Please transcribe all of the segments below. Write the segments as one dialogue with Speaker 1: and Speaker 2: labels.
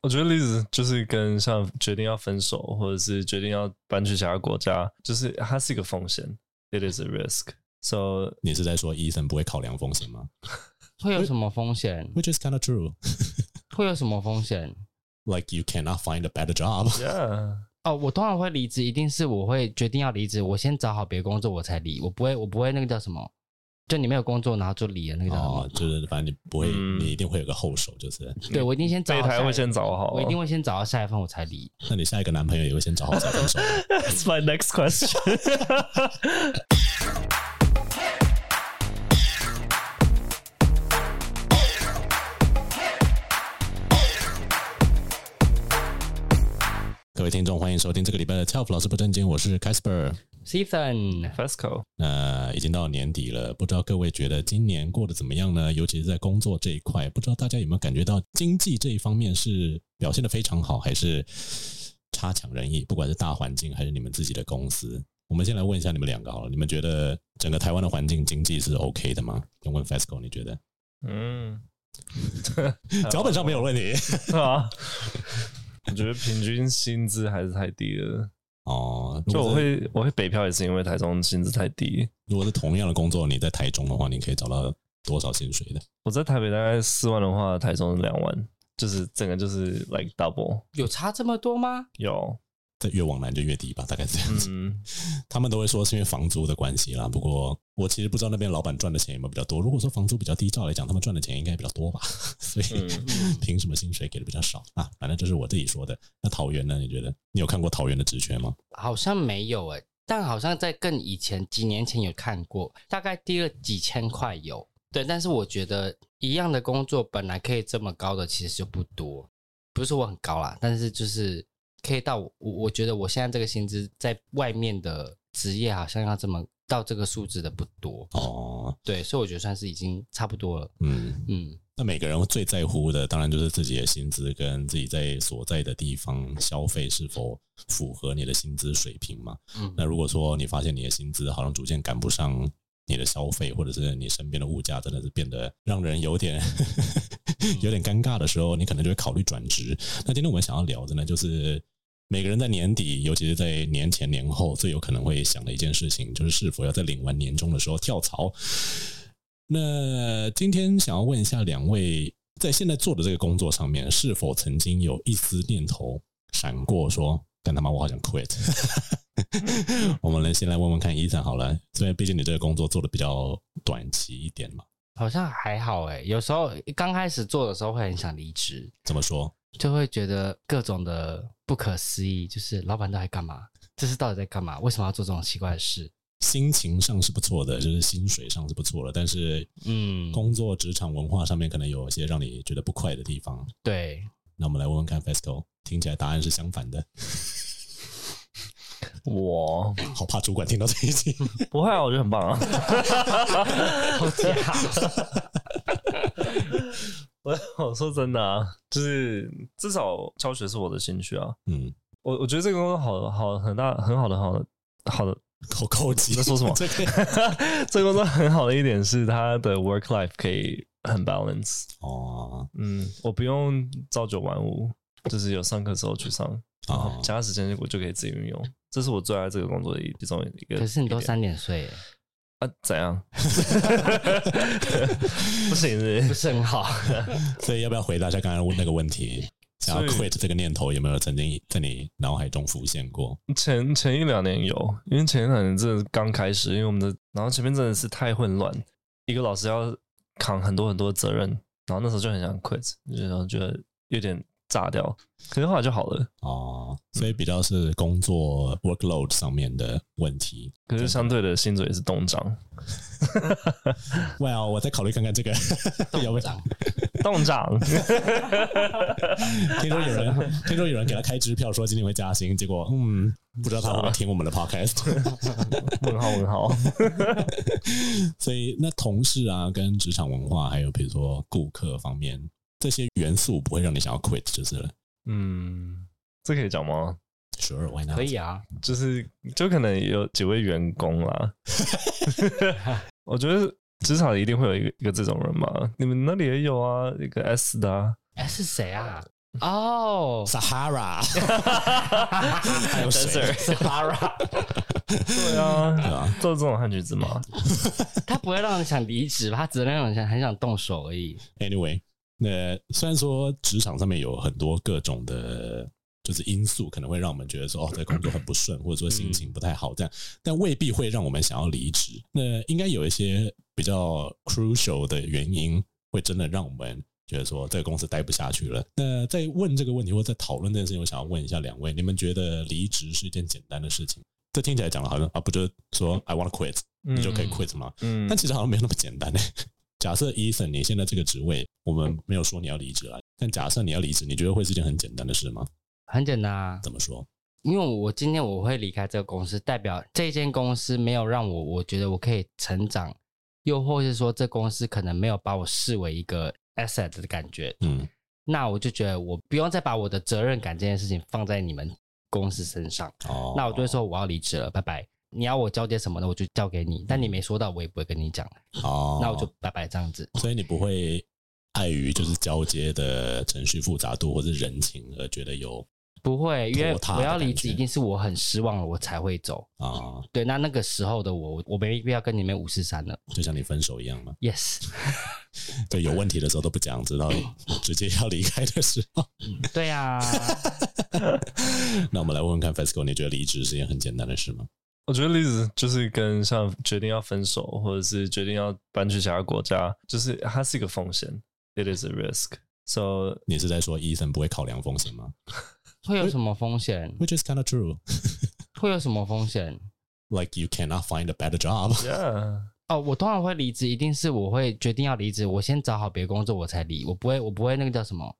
Speaker 1: 我觉得例子就是跟像决定要分手，或者是决定要搬去其他国家，就是它是一个风险，it is a risk。So
Speaker 2: 你是在说医生不会考量风险吗
Speaker 3: 会有什么风险？
Speaker 2: ？Which is kind of true.
Speaker 3: 会有什么风险？
Speaker 2: Like you cannot find a better job.
Speaker 1: yeah，
Speaker 3: 哦，我通常会离职，一定是我会决定要离职，我先找好别的工作我才离，我不会，我不会那个叫什么，就你没有工作然后就离了那个叫什 么？
Speaker 2: 哦，就是反正你不会，
Speaker 1: 嗯
Speaker 2: 你一定会有个后手，就是
Speaker 3: 对我一定先找
Speaker 1: 备
Speaker 3: 好下
Speaker 1: 胎
Speaker 3: 一
Speaker 1: 会先找好。
Speaker 3: 我一定会先找到下一份我才离。
Speaker 2: 那你下一个男朋友也会先找好再分手。
Speaker 1: That's my next question 。
Speaker 2: 各位听众，欢迎收听这个礼拜的 t e l f 老师不正经，我是 Casper。
Speaker 3: Season，
Speaker 1: Fesco，
Speaker 2: 那已经到年底了，不知道各位觉得今年过得怎么样呢？尤其是在工作这一块，不知道大家有没有感觉到经济这一方面是表现的非常好，还是差强人意？不管是大环境还是你们自己的公司，我们先来问一下你们两个好了，你们觉得整个台湾的环境经济是 OK 的吗？先问 Fesco，你觉得
Speaker 1: 嗯，
Speaker 2: 脚本上没有问题
Speaker 1: 啊，我觉得平均薪资还是太低了。
Speaker 2: 哦？如
Speaker 1: 就
Speaker 2: 果
Speaker 1: 我
Speaker 2: 是
Speaker 1: 会我会北漂也是因为台中薪资太低，
Speaker 2: 如果是同样的工作，你 在台中的话，你可以找到多少薪水的？
Speaker 1: 我在台北大概四万的话，台中两万，就是整个就是 like double
Speaker 3: 有差这么多吗？
Speaker 1: 有，
Speaker 2: 在越往南就越低吧，大概是这样子。
Speaker 1: 嗯，
Speaker 2: 他们都会说是因为房租的关系啦。不过我其实不知道那边老板赚的钱有没有比较多。如果说房租比较低，照来讲他们赚的钱应该比较多吧，所以
Speaker 1: 嗯
Speaker 2: 凭什么薪水给的比较少啊？反正这是我自己说的。那桃园呢？你觉得你有看过桃园的职缺吗？
Speaker 3: 好像没有诶、但好像在更以前几年前有看过，大概低了几千块有。对，但是我觉得一样的工作本来可以这么高的，其实就不多。不是说我很高啦，但是就是可以到我，我我觉得我现在这个薪资在外面的职业好像要这么到这个数值的不多。
Speaker 2: 哦，
Speaker 3: 对，所以我觉得算是已经差不多了。
Speaker 2: 嗯，
Speaker 3: 嗯，
Speaker 2: 那每个人最在乎的当然就是自己的薪资跟自己在所在的地方消费是否符合你的薪资水平嘛。
Speaker 3: 嗯
Speaker 2: 那如果说你发现你的薪资好像逐渐赶不上你的消费，或者是你身边的物价真的是变得让人有点 有点尴尬的时候，你可能就会考虑转职。那今天我们想要聊的呢，就是每个人在年底，尤其是在年前年后，最有可能会想的一件事情，就是是否要在领完年终的时候跳槽。那今天想要问一下两位，在现在做的这个工作上面，是否曾经有一丝念头闪过说，干他妈我好想 quit？我 们来先来问问看伊森好了，虽然毕竟你这个工作做的比较短期一点嘛，
Speaker 3: 好像还好诶、有时候刚开始做的时候会很想离职，
Speaker 2: 怎么说？
Speaker 3: 就会觉得各种的不可思议，就是老板到底干嘛？这是到底在干嘛？为什么要做这种奇怪的事？
Speaker 2: 心情上是不错的，就是薪水上是不错的，但是
Speaker 3: 嗯，
Speaker 2: 工作职场文化上面可能有一些让你觉得不快的地方。
Speaker 3: 对，
Speaker 2: 那我们来问问看 FESCO，听起来答案是相反的，
Speaker 1: 我
Speaker 2: 好怕主管听到这一 集。
Speaker 1: 不会啊，我觉得很棒啊。
Speaker 3: 好假，
Speaker 1: 我 我说真的啊，就是至少教学是我的兴趣啊。
Speaker 2: 嗯，
Speaker 1: 我我觉得这个工作好好很大很好的好的好的，
Speaker 2: 口口级
Speaker 1: 你在说什么
Speaker 2: 这个
Speaker 1: 这个工作很好的一点是它的 work life 可以很 balance。
Speaker 2: 哦
Speaker 1: 嗯，我不用朝九晚五，就是有上课时候去上，然后
Speaker 2: 哦
Speaker 1: 其他时间我就可以自己运用。这是我最爱这个工作的一其中一个。
Speaker 3: 可是你都
Speaker 1: 一点
Speaker 3: 三点睡耶，
Speaker 1: 啊？怎样？ 不行是
Speaker 3: 不
Speaker 1: 不是
Speaker 3: 是很好。
Speaker 2: 所以要不要回答一下刚才问那个问题？想要
Speaker 1: 所以
Speaker 2: quit 这个念头有没有曾经在你脑海中浮现过？
Speaker 1: 前前一两年有，因为前一两年真的是刚开始，因为我们的然后前面真的是太混乱，一个老师要扛很多很多责任，然后那时候就很想 quit，然后觉得有点炸掉，可是后来就好了。
Speaker 2: 哦，所以比较是工作 workload 上面的问题。
Speaker 1: 可是相对的薪水也是动涨，
Speaker 2: Well，我再考虑看看 这个要不要。
Speaker 1: 动涨。
Speaker 2: 听说有人听说有人给他开支票说今天会加薪，结果嗯，不知道他会不会听我们的 podcast。
Speaker 1: 问号问号，
Speaker 2: 所以那同事啊，跟职场文化，还有比如说顾客方面这些元素，不会让你想要 quit 就是了。
Speaker 1: 嗯，这可以讲吗？
Speaker 2: Sure, why not？
Speaker 3: 可以啊，
Speaker 1: 就是就可能有几位员工 啦，我觉得职场一定会有一个一个这种人嘛，你们那里也有啊，一个 S 的、啊，
Speaker 3: 哎，是谁啊？哦，
Speaker 2: Sahara，还有谁
Speaker 1: Desert？对啊，
Speaker 2: 啊？
Speaker 1: 都是这种汉句字嘛。
Speaker 3: 他不会让人想离职吧？他只能让人想很想动手而已。
Speaker 2: Anyway，那虽然说职场上面有很多各种的，就是因素可能会让我们觉得说，哦，这工作很不顺，或者说心情不太好这样，但未必会让我们想要离职。那应该有一些比较 crucial 的原因，会真的让我们。觉得说这个公司待不下去了。那在问这个问题或在讨论这件事情，我想要问一下两位，你们觉得离职是一件简单的事情？这听起来讲的好像啊，不就是说 I want to quit，
Speaker 1: 嗯
Speaker 2: 你就可以 quit 吗？
Speaker 1: 嗯
Speaker 2: 但，其实好像没有那么简单呢。假设 Ethan 你现在这个职位，我们没有说你要离职啊，但假设你要离职，你觉得会是件很简单的事吗？
Speaker 3: 很简单啊，
Speaker 2: 怎么说？
Speaker 3: 因为我今天我会离开这个公司，代表这间公司没有让我我觉得我可以成长，又或是说这公司可能没有把我视为一个 asset 的感觉，
Speaker 2: 嗯
Speaker 3: 那我就觉得我不用再把我的责任感这件事情放在你们公司身上，
Speaker 2: 哦
Speaker 3: 那我就会说我要离职了，拜拜。你要我交接什么的，我就交给你，但你没说到，我也不会跟你讲，
Speaker 2: 嗯哦，
Speaker 3: 那我就拜拜这样子。
Speaker 2: 所以你不会碍于就是交接的程序复杂度或是人情而觉得有
Speaker 3: 不会，因为
Speaker 2: 拖沓的
Speaker 3: 我要离
Speaker 2: 感
Speaker 3: 职，
Speaker 2: 觉
Speaker 3: 一定是我很失望了，我才会走。
Speaker 2: 啊、
Speaker 3: 对，那那个时候的我，我没必要跟你们五四三了。
Speaker 2: 就像你分手一样嘛，
Speaker 3: Yes，
Speaker 2: 对，有问题的时候都不讲，直到直接要离开的时候。
Speaker 3: 对啊，
Speaker 2: 那我们来问问看 FESCO，你觉得离职是一件很简单的事吗？
Speaker 1: 我觉得例子就是跟像决定要分手，或者是决定要搬去其他国家，就是它是一个风险，it is a risk。So
Speaker 2: 你是在说 Ethan 不会考量风险吗
Speaker 3: 会有什么风险？
Speaker 2: ？Which is kind of true.
Speaker 3: 会有什么风险？
Speaker 2: Like you cannot find a better job.
Speaker 1: yeah，
Speaker 3: 哦，我通常会离职，一定是我会决定要离职，我先找好别的工作我才离，我不会，我不会那个叫什么，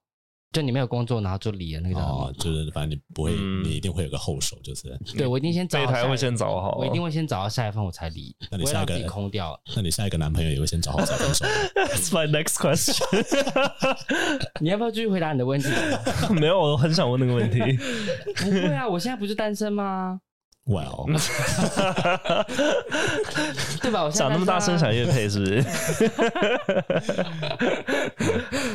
Speaker 3: 就你没有工作然后就离了那个叫什么？
Speaker 2: 哦，就是反正你不会，
Speaker 1: 嗯
Speaker 2: 你一定会有个后手，就是
Speaker 3: 对我一定先找
Speaker 1: 备
Speaker 3: 好下一
Speaker 1: 胎会先找好，哦
Speaker 3: 我一定会先找到下一份我才离，
Speaker 2: 那
Speaker 3: 不
Speaker 2: 你下
Speaker 3: 会
Speaker 2: 一
Speaker 3: 让
Speaker 2: 个
Speaker 3: 自己空掉。
Speaker 2: 那你下一个男朋友也会先找好再分手。
Speaker 1: That's my next question 。
Speaker 3: 你要不要继续回答你的问题？
Speaker 1: 没有，我很想问那个问 题。
Speaker 3: 不会啊，我现在不是单身吗？
Speaker 2: Well，
Speaker 3: 对吧？我现在
Speaker 1: 讲那么大声
Speaker 3: 单身啊
Speaker 1: 想乐配是不是？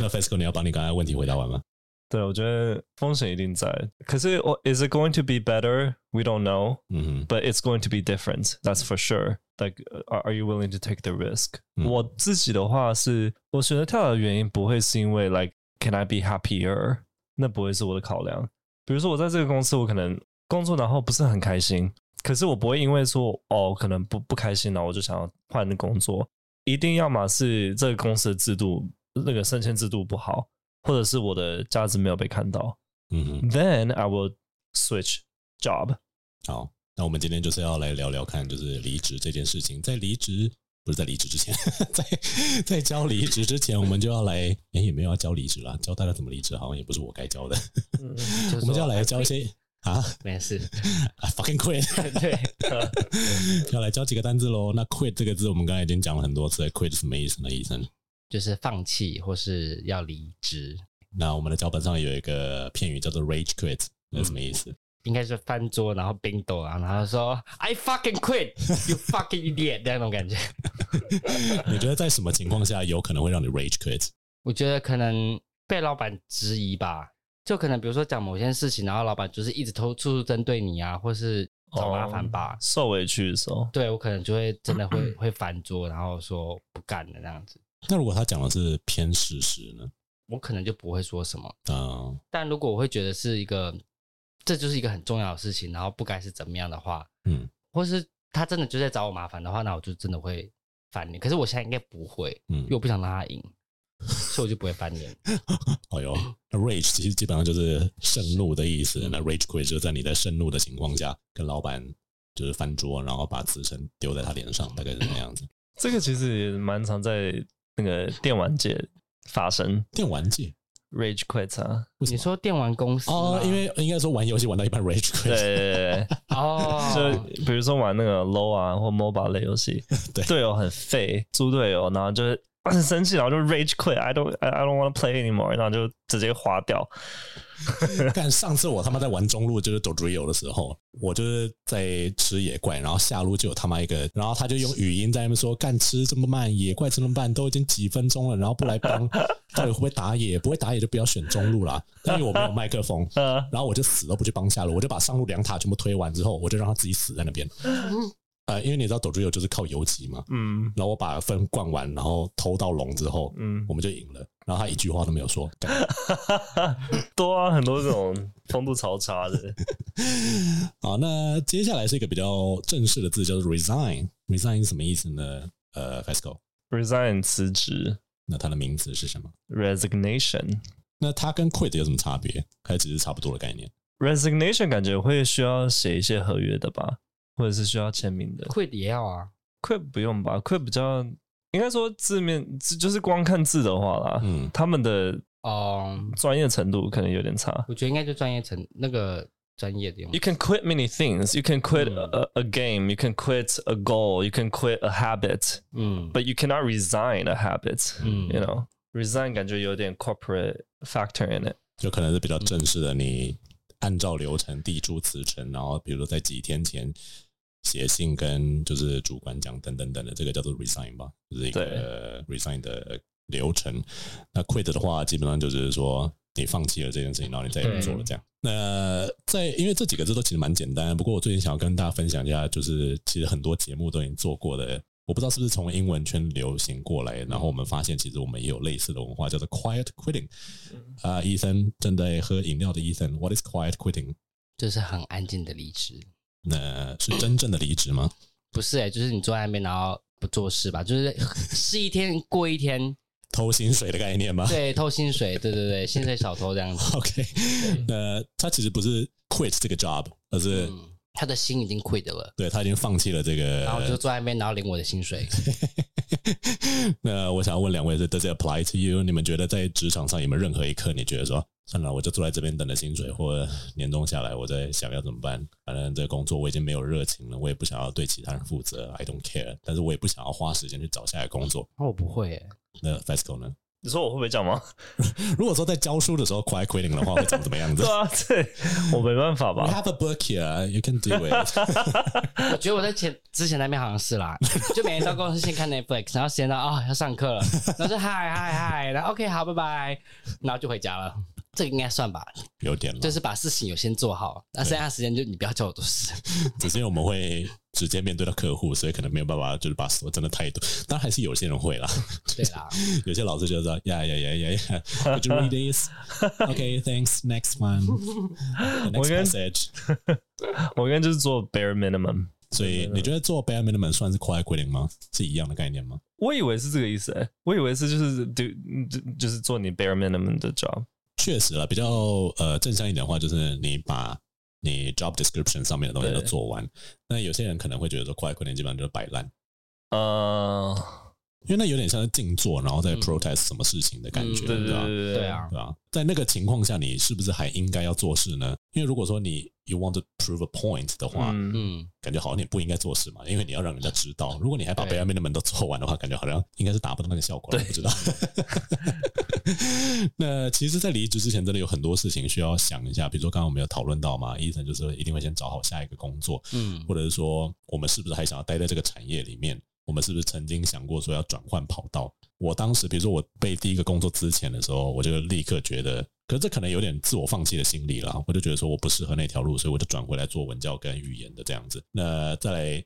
Speaker 2: 那 FESCO 你要把你刚才问题回答完吗？
Speaker 1: 对，我觉得风险一定在。可是我 is it going to be better? We don't know,
Speaker 2: 嗯
Speaker 1: but it's going to be different. That's for sure. Like, are are you willing to take the risk?
Speaker 2: 嗯
Speaker 1: 我自己的话是，我选择跳的原因不会是因为 like can I be happier？那不会是我的考量。比如说我在这个公司，我可能工作然后不是很开心，可是我不会因为说哦可能不不开心了，我就想要换工作。一定要么是这个公司的制度那个升迁制度不好，或者是我的价值没有被看到
Speaker 2: 哼，嗯哼，
Speaker 1: ，then I will switch job。
Speaker 2: 好，那我们今天就是要来聊聊看，就是离职这件事情。在离职不是在离职之前， 在在教离职之前，我们就要来，哎、也没有要教离职啦，教大家怎么离职，好像也不是我该教的，
Speaker 3: 就
Speaker 2: 我们就要
Speaker 3: 说
Speaker 2: 来教一些啊
Speaker 3: 没事，
Speaker 2: 啊 fucking quit。
Speaker 3: 对，
Speaker 2: 要来教几个单字喽。那 quit 这个字，我们刚才已经讲了很多次了，quit 是什么意思呢？医生？
Speaker 3: 就是放弃或是要离职，
Speaker 2: 那我们的脚本上有一个片语叫做 rage quit，那是什么意思？
Speaker 3: 应该是翻桌然后冰斗啊，然后说 I fucking quit, you fucking idiot 那种感觉。
Speaker 2: 你觉得在什么情况下有可能会让你 rage quit？
Speaker 3: 我觉得可能被老板质疑吧，就可能比如说讲某件事情，然后老板就是一直偷处处针对你啊，或是找麻
Speaker 2: 哦
Speaker 3: 烦吧。
Speaker 1: 受委屈的时候，
Speaker 3: 对我可能就会真的 会会翻桌，然后说不干了这样子，
Speaker 2: 那如果他讲的是偏事实呢？
Speaker 3: 我可能就不会说什么。
Speaker 2: 嗯
Speaker 3: 但如果我会觉得是一个，这就是一个很重要的事情，然后不该是怎么样的话，
Speaker 2: 嗯
Speaker 3: 或是他真的就在找我麻烦的话，那我就真的会翻脸。可是我现在应该不会，因为
Speaker 2: 嗯，
Speaker 3: 我不想让他赢，所以我就不会翻脸。
Speaker 2: 哦哟，那 rage 其实基本上就是盛怒的意思。那 rage quit 就是在你在盛怒的情况下跟老板就是翻桌，然后把辞呈丢在他脸上，大概是那样子。
Speaker 1: 这个其实也蛮常在那个电玩界发生
Speaker 2: 电玩界
Speaker 1: ，rage quit 啊，
Speaker 2: 为什
Speaker 3: 你
Speaker 2: 么？
Speaker 3: 说电玩公司
Speaker 2: 哦
Speaker 3: 吗，
Speaker 2: 因为应该说玩游戏玩到一半 rage
Speaker 1: 对
Speaker 2: quit，
Speaker 1: 对对对，
Speaker 3: 哦，
Speaker 1: 就 比如说玩那个 low 啊或 MOBA 类游戏，
Speaker 2: 对
Speaker 1: 队友很废，猪队友，然后就是 很生气，然后就 rage quit，I don't I I don't want to play anymore，然后就直接划掉。
Speaker 2: 但上次我他妈在玩中路，就是走追游的时候，我就是在吃野怪，然后下路就有他妈一个，然后他就用语音在那边说：“干吃这么慢，野怪这么慢，都已经几分钟了，然后不来帮，到底会不会打野？不会打野就不要选中路啦。”但因为我没有麦克风，
Speaker 1: 呃，
Speaker 2: 然后我就死都不去帮下路，我就把上路两塔全部推完之后，我就让他自己死在那边。呃，因为你知道走追游就是靠游击嘛，
Speaker 1: 嗯
Speaker 2: 然后我把分灌完，然后偷到龙之后，
Speaker 1: 嗯，
Speaker 2: 我们就赢了。然后他一句话都没有说，干
Speaker 1: 多啊，很多这种风度潮差 的。
Speaker 2: 好，那接下来是一个比较正式的字，叫做 resign。resign 是什么意思呢？呃，Fasco，
Speaker 1: resign 辞职
Speaker 2: 那它的名词是什么？
Speaker 1: resignation。
Speaker 2: 那它跟 quit 有什么差别？还只是差不多的概念？
Speaker 1: resignation 感觉会需要写一些合约的吧，或者是需要签名的。
Speaker 3: quit 也要啊，
Speaker 1: quit 不用吧？quit 比较应该说字面，字就是光看字的话啦，
Speaker 2: 嗯，
Speaker 1: 他们的
Speaker 3: 哦、
Speaker 1: 专业程度可能有点差。
Speaker 3: 我觉得应该就专业成那个专业的用
Speaker 1: You can quit many things. You can quit
Speaker 3: 嗯
Speaker 1: a, a game. You can quit a goal. You can quit a habit.
Speaker 3: 嗯
Speaker 1: But you cannot resign a habit.
Speaker 3: 嗯
Speaker 1: You know, resign 感觉有点 corporate factor in it.
Speaker 2: 就可能是比较正式的，你按照流程递出辞呈，然后比如说在几天前写信跟就是主管讲等等等的，这个叫做 resign 吧，就是一个呃 resign 的流程。那 quit 的话，基本上就是说你放弃了这件事情，然后你再也不做了这样。那在因为这几个字都其实蛮简单，不过我最近想要跟大家分享一下，就是其实很多节目都已经做过的。我不知道是不是从英文圈流行过来，然后我们发现其实我们也有类似的文化，叫做 quiet quitting。啊，
Speaker 3: 嗯
Speaker 2: 医生正在喝饮料的医生，What is quiet quitting？
Speaker 3: 就是很安静的离职，
Speaker 2: 那是真正的离职 吗？
Speaker 3: 不是哎、就是你坐在那边然后不做事吧，就是 是一天过一天，
Speaker 2: 偷薪水的概念吗？
Speaker 3: 对，偷薪水，对对对，薪水小偷这样子，
Speaker 2: OK，那他其实不是 quit 这个 job，而是
Speaker 3: 嗯，他的心已经 quit 了，
Speaker 2: 对他已经放弃了这
Speaker 3: 然后就
Speaker 2: 个。
Speaker 3: 坐在那边然后领我的薪 水，
Speaker 2: 那我想要问两位是，Does it apply to you？你们觉得在职场上有没有任何一刻你觉得说，算了，我就坐在这边等着薪水或年终下来，我在想要怎么办？反正这个工作我已经没有热情了，我也不想要对其他人负责，I don't care，但是我也不想要花时间去找下一个工作。
Speaker 3: 那我不会、欸，
Speaker 2: 那 Fasco 呢？
Speaker 1: 你说我会不会讲吗？
Speaker 2: 如果说在教书的时候 quiet quitting 的话，会长怎么样子
Speaker 1: 对啊，对，我没办法
Speaker 2: ？We
Speaker 1: 吧。
Speaker 2: have a book here, you can do it 。
Speaker 3: 我觉得我在前之前那边好像是啦，就每天到公司先看 Netflix，然后时间到哦要上课了，然后就嗨嗨嗨，然后 OK 好拜拜，然后就回家了。这个应该算吧，
Speaker 2: 有点了，
Speaker 3: 就是把事情有先做好，那剩下的时间就你不要叫我做事。
Speaker 2: 只是因为我们会直接面对到客户，所以可能没有办法，就是把所有真的态度。当然还是有些人会啦，
Speaker 3: 对啦，
Speaker 2: 有些老师就说呀呀呀呀呀，Could you read this? Okay, thanks. Next one, The
Speaker 1: 我
Speaker 2: next
Speaker 1: 跟
Speaker 2: passage.
Speaker 1: 我应该就是做 bare minimum。
Speaker 2: 所以你觉得做 bare minimum 算是 quiet quitting 吗？是一样的概念吗？
Speaker 1: 我以为是这个意思、欸，我以为是就是 do 就就是做你 bare minimum 的 job。
Speaker 2: 确实了，比较呃正向一点的话，就是你把你 job description 上面的东西都
Speaker 1: 对
Speaker 2: 做完。那有些人可能会觉得说 quiet quitting 基本上就是摆烂。
Speaker 1: 呃，
Speaker 2: 因为那有点像是静坐，然后在
Speaker 3: 嗯
Speaker 2: protest 什么事情的感觉，
Speaker 3: 嗯
Speaker 1: 对对
Speaker 2: 对吧？
Speaker 1: 对
Speaker 3: 对，啊，
Speaker 2: 对啊，在那个情况下，你是不是还应该要做事呢？因为如果说你 you want to prove a point 的话，
Speaker 1: 嗯，
Speaker 3: 嗯，
Speaker 2: 感觉好像你不应该做事嘛，因为你要让人家知道。如果你还把 b a
Speaker 3: 对
Speaker 2: r e minimum 都做完的话，感觉好像应该是达不到那个效果了，
Speaker 1: 对
Speaker 2: 不知道。 那其实，在离职之前，真的有很多事情需要想一下，比如说刚刚我们有讨论到嘛，医生就是一定会先找好下一个工作，
Speaker 3: 嗯
Speaker 2: 或者是说我们是不是还想要待在这个产业里面？我们是不是曾经想过说要转换跑道？我当时，比如说我被第一个工作之前的时候，我就立刻觉得，可是这可能有点自我放弃的心理啦。我就觉得说我不适合那条路，所以我就转回来做文教跟语言的这样子。那再来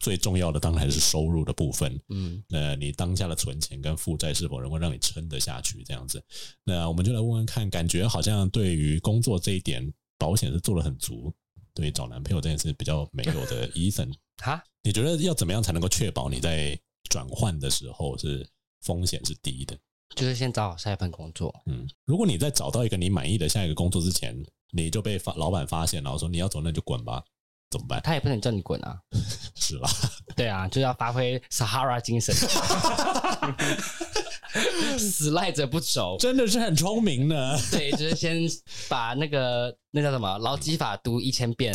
Speaker 2: 最重要的，当然是收入的部分。
Speaker 3: 嗯，
Speaker 2: 那呃你当下的存钱跟负债是否能够让你撑得下去？这样子，那我们就来问问看，感觉好像对于工作这一点，保险是做的很足，对于找男朋友这件事比较没有的。伊森，
Speaker 3: 哈，
Speaker 2: 你觉得要怎么样才能够确保你在转换的时候是风险是低的？
Speaker 3: 就是先找好下一份工作。
Speaker 2: 嗯，如果你在找到一个你满意的下一个工作之前，你就被发老板发现，然后说你要走，那你就滚吧，怎么办？
Speaker 3: 他也不能叫你滚啊，
Speaker 2: 是吧？
Speaker 3: 对啊，就要发挥 Sahara 精神， 死赖着不走。
Speaker 2: 真的是很聪明呢。
Speaker 3: 对，就是先把那个那叫什么劳基法读一千遍，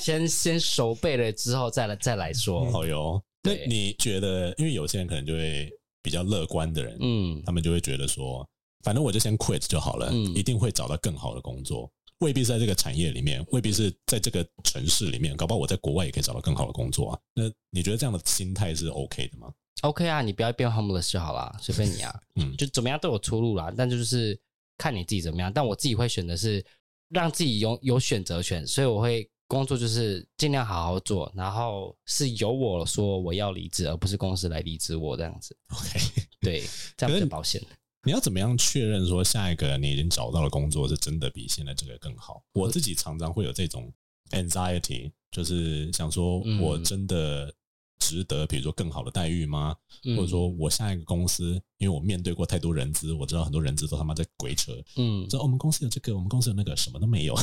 Speaker 3: 先先熟背了之后再来再来说。
Speaker 2: 哦哟，那
Speaker 3: 对
Speaker 2: 你觉得，因为有些人可能就会比较乐观的人，
Speaker 3: 嗯
Speaker 2: 他们就会觉得说，反正我就先 quit 就好了，
Speaker 3: 嗯
Speaker 2: 一定会找到更好的工作。未必是在这个产业里面，
Speaker 3: 嗯
Speaker 2: 未必是在这个城市里面，搞不好我在国外也可以找到更好的工作啊。那你觉得这样的心态是 OK 的吗？
Speaker 3: ，OK 啊，你不要变 homeless 就好啦，随便你啊，
Speaker 2: 嗯
Speaker 3: 就怎么样都有出路啦。但就是看你自己怎么样。但我自己会选的是让自己有有选择权，所以我会工作就是尽量好好做，然后是由我说我要离职，而不是公司来离职我这样子。
Speaker 2: ，OK。
Speaker 3: 对，这
Speaker 2: 可是
Speaker 3: 样比较
Speaker 2: 你
Speaker 3: 保险。
Speaker 2: 你要怎么样确认说下一个你已经找到的工作是真的比现在这个更好？我自己常常会有这种 anxiety，就是想说
Speaker 3: 嗯
Speaker 2: 我真的值得，比如说更好的待遇吗？
Speaker 3: 嗯
Speaker 2: 或者说我下一个公司，因为我面对过太多人资，我知道很多人资都他妈在鬼扯，
Speaker 3: 嗯
Speaker 2: 说、哦我们公司有这个，我们公司有那个，什么都没有。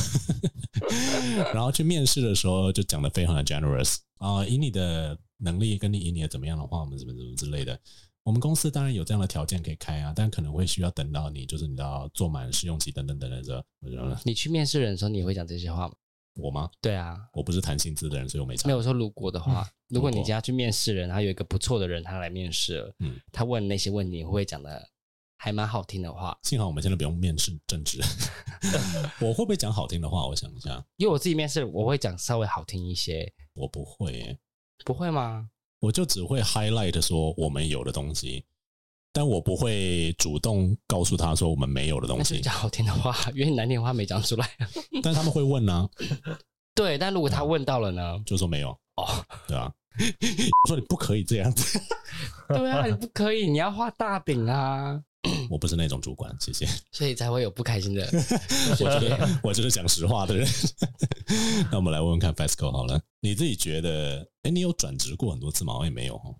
Speaker 2: 然后去面试的时候就讲的非常的 generous 啊、以你的能力跟你以你的怎么样的话，我们怎么怎么之类的。我们公司当然有这样的条件可以开啊，但可能会需要等到你就是你要做满试用期等等等等的。我觉得
Speaker 3: 你去面试人的时候，你也会讲这些话吗？
Speaker 2: 我吗？
Speaker 3: 对啊，
Speaker 2: 我不是谈薪资的人，所以我没差
Speaker 3: 没。有我说如果的话，如果你
Speaker 2: 嗯如果
Speaker 3: 今天要去面试人，然后有一个不错的人他来面试了，
Speaker 2: 嗯
Speaker 3: 他问那些问题，你会不会讲的还蛮好听的话？
Speaker 2: 幸好我们现在不用面试正职。 我会不会讲好听的话？我想一下，
Speaker 3: 因为我自己面试，我会讲稍微好听一些，
Speaker 2: 我不会耶、
Speaker 3: 不会吗？
Speaker 2: 我就只会 highlight 说我们有的东西，但我不会主动告诉他说我们没有的
Speaker 3: 那
Speaker 2: 东
Speaker 3: 就
Speaker 2: 西。
Speaker 3: 讲好听的话，因为难听的话没讲出来。
Speaker 2: 但他们会问啊，
Speaker 3: 对，但如果他问到了呢？
Speaker 2: 就说没有
Speaker 3: 哦，
Speaker 2: 对啊。 我说你不可以这样子，
Speaker 3: 对啊，你不可以，你要画大饼啊，
Speaker 2: 我不是那种主管，谢 谢。
Speaker 3: 所以才会有不 开心的
Speaker 2: 我
Speaker 3: 学
Speaker 2: 觉
Speaker 3: 姐。
Speaker 2: 得我就是讲实话的人。 那我们来问问看 FESCO 好了，你自己觉得，哎、你有转职过很多次吗？好像也没有哦。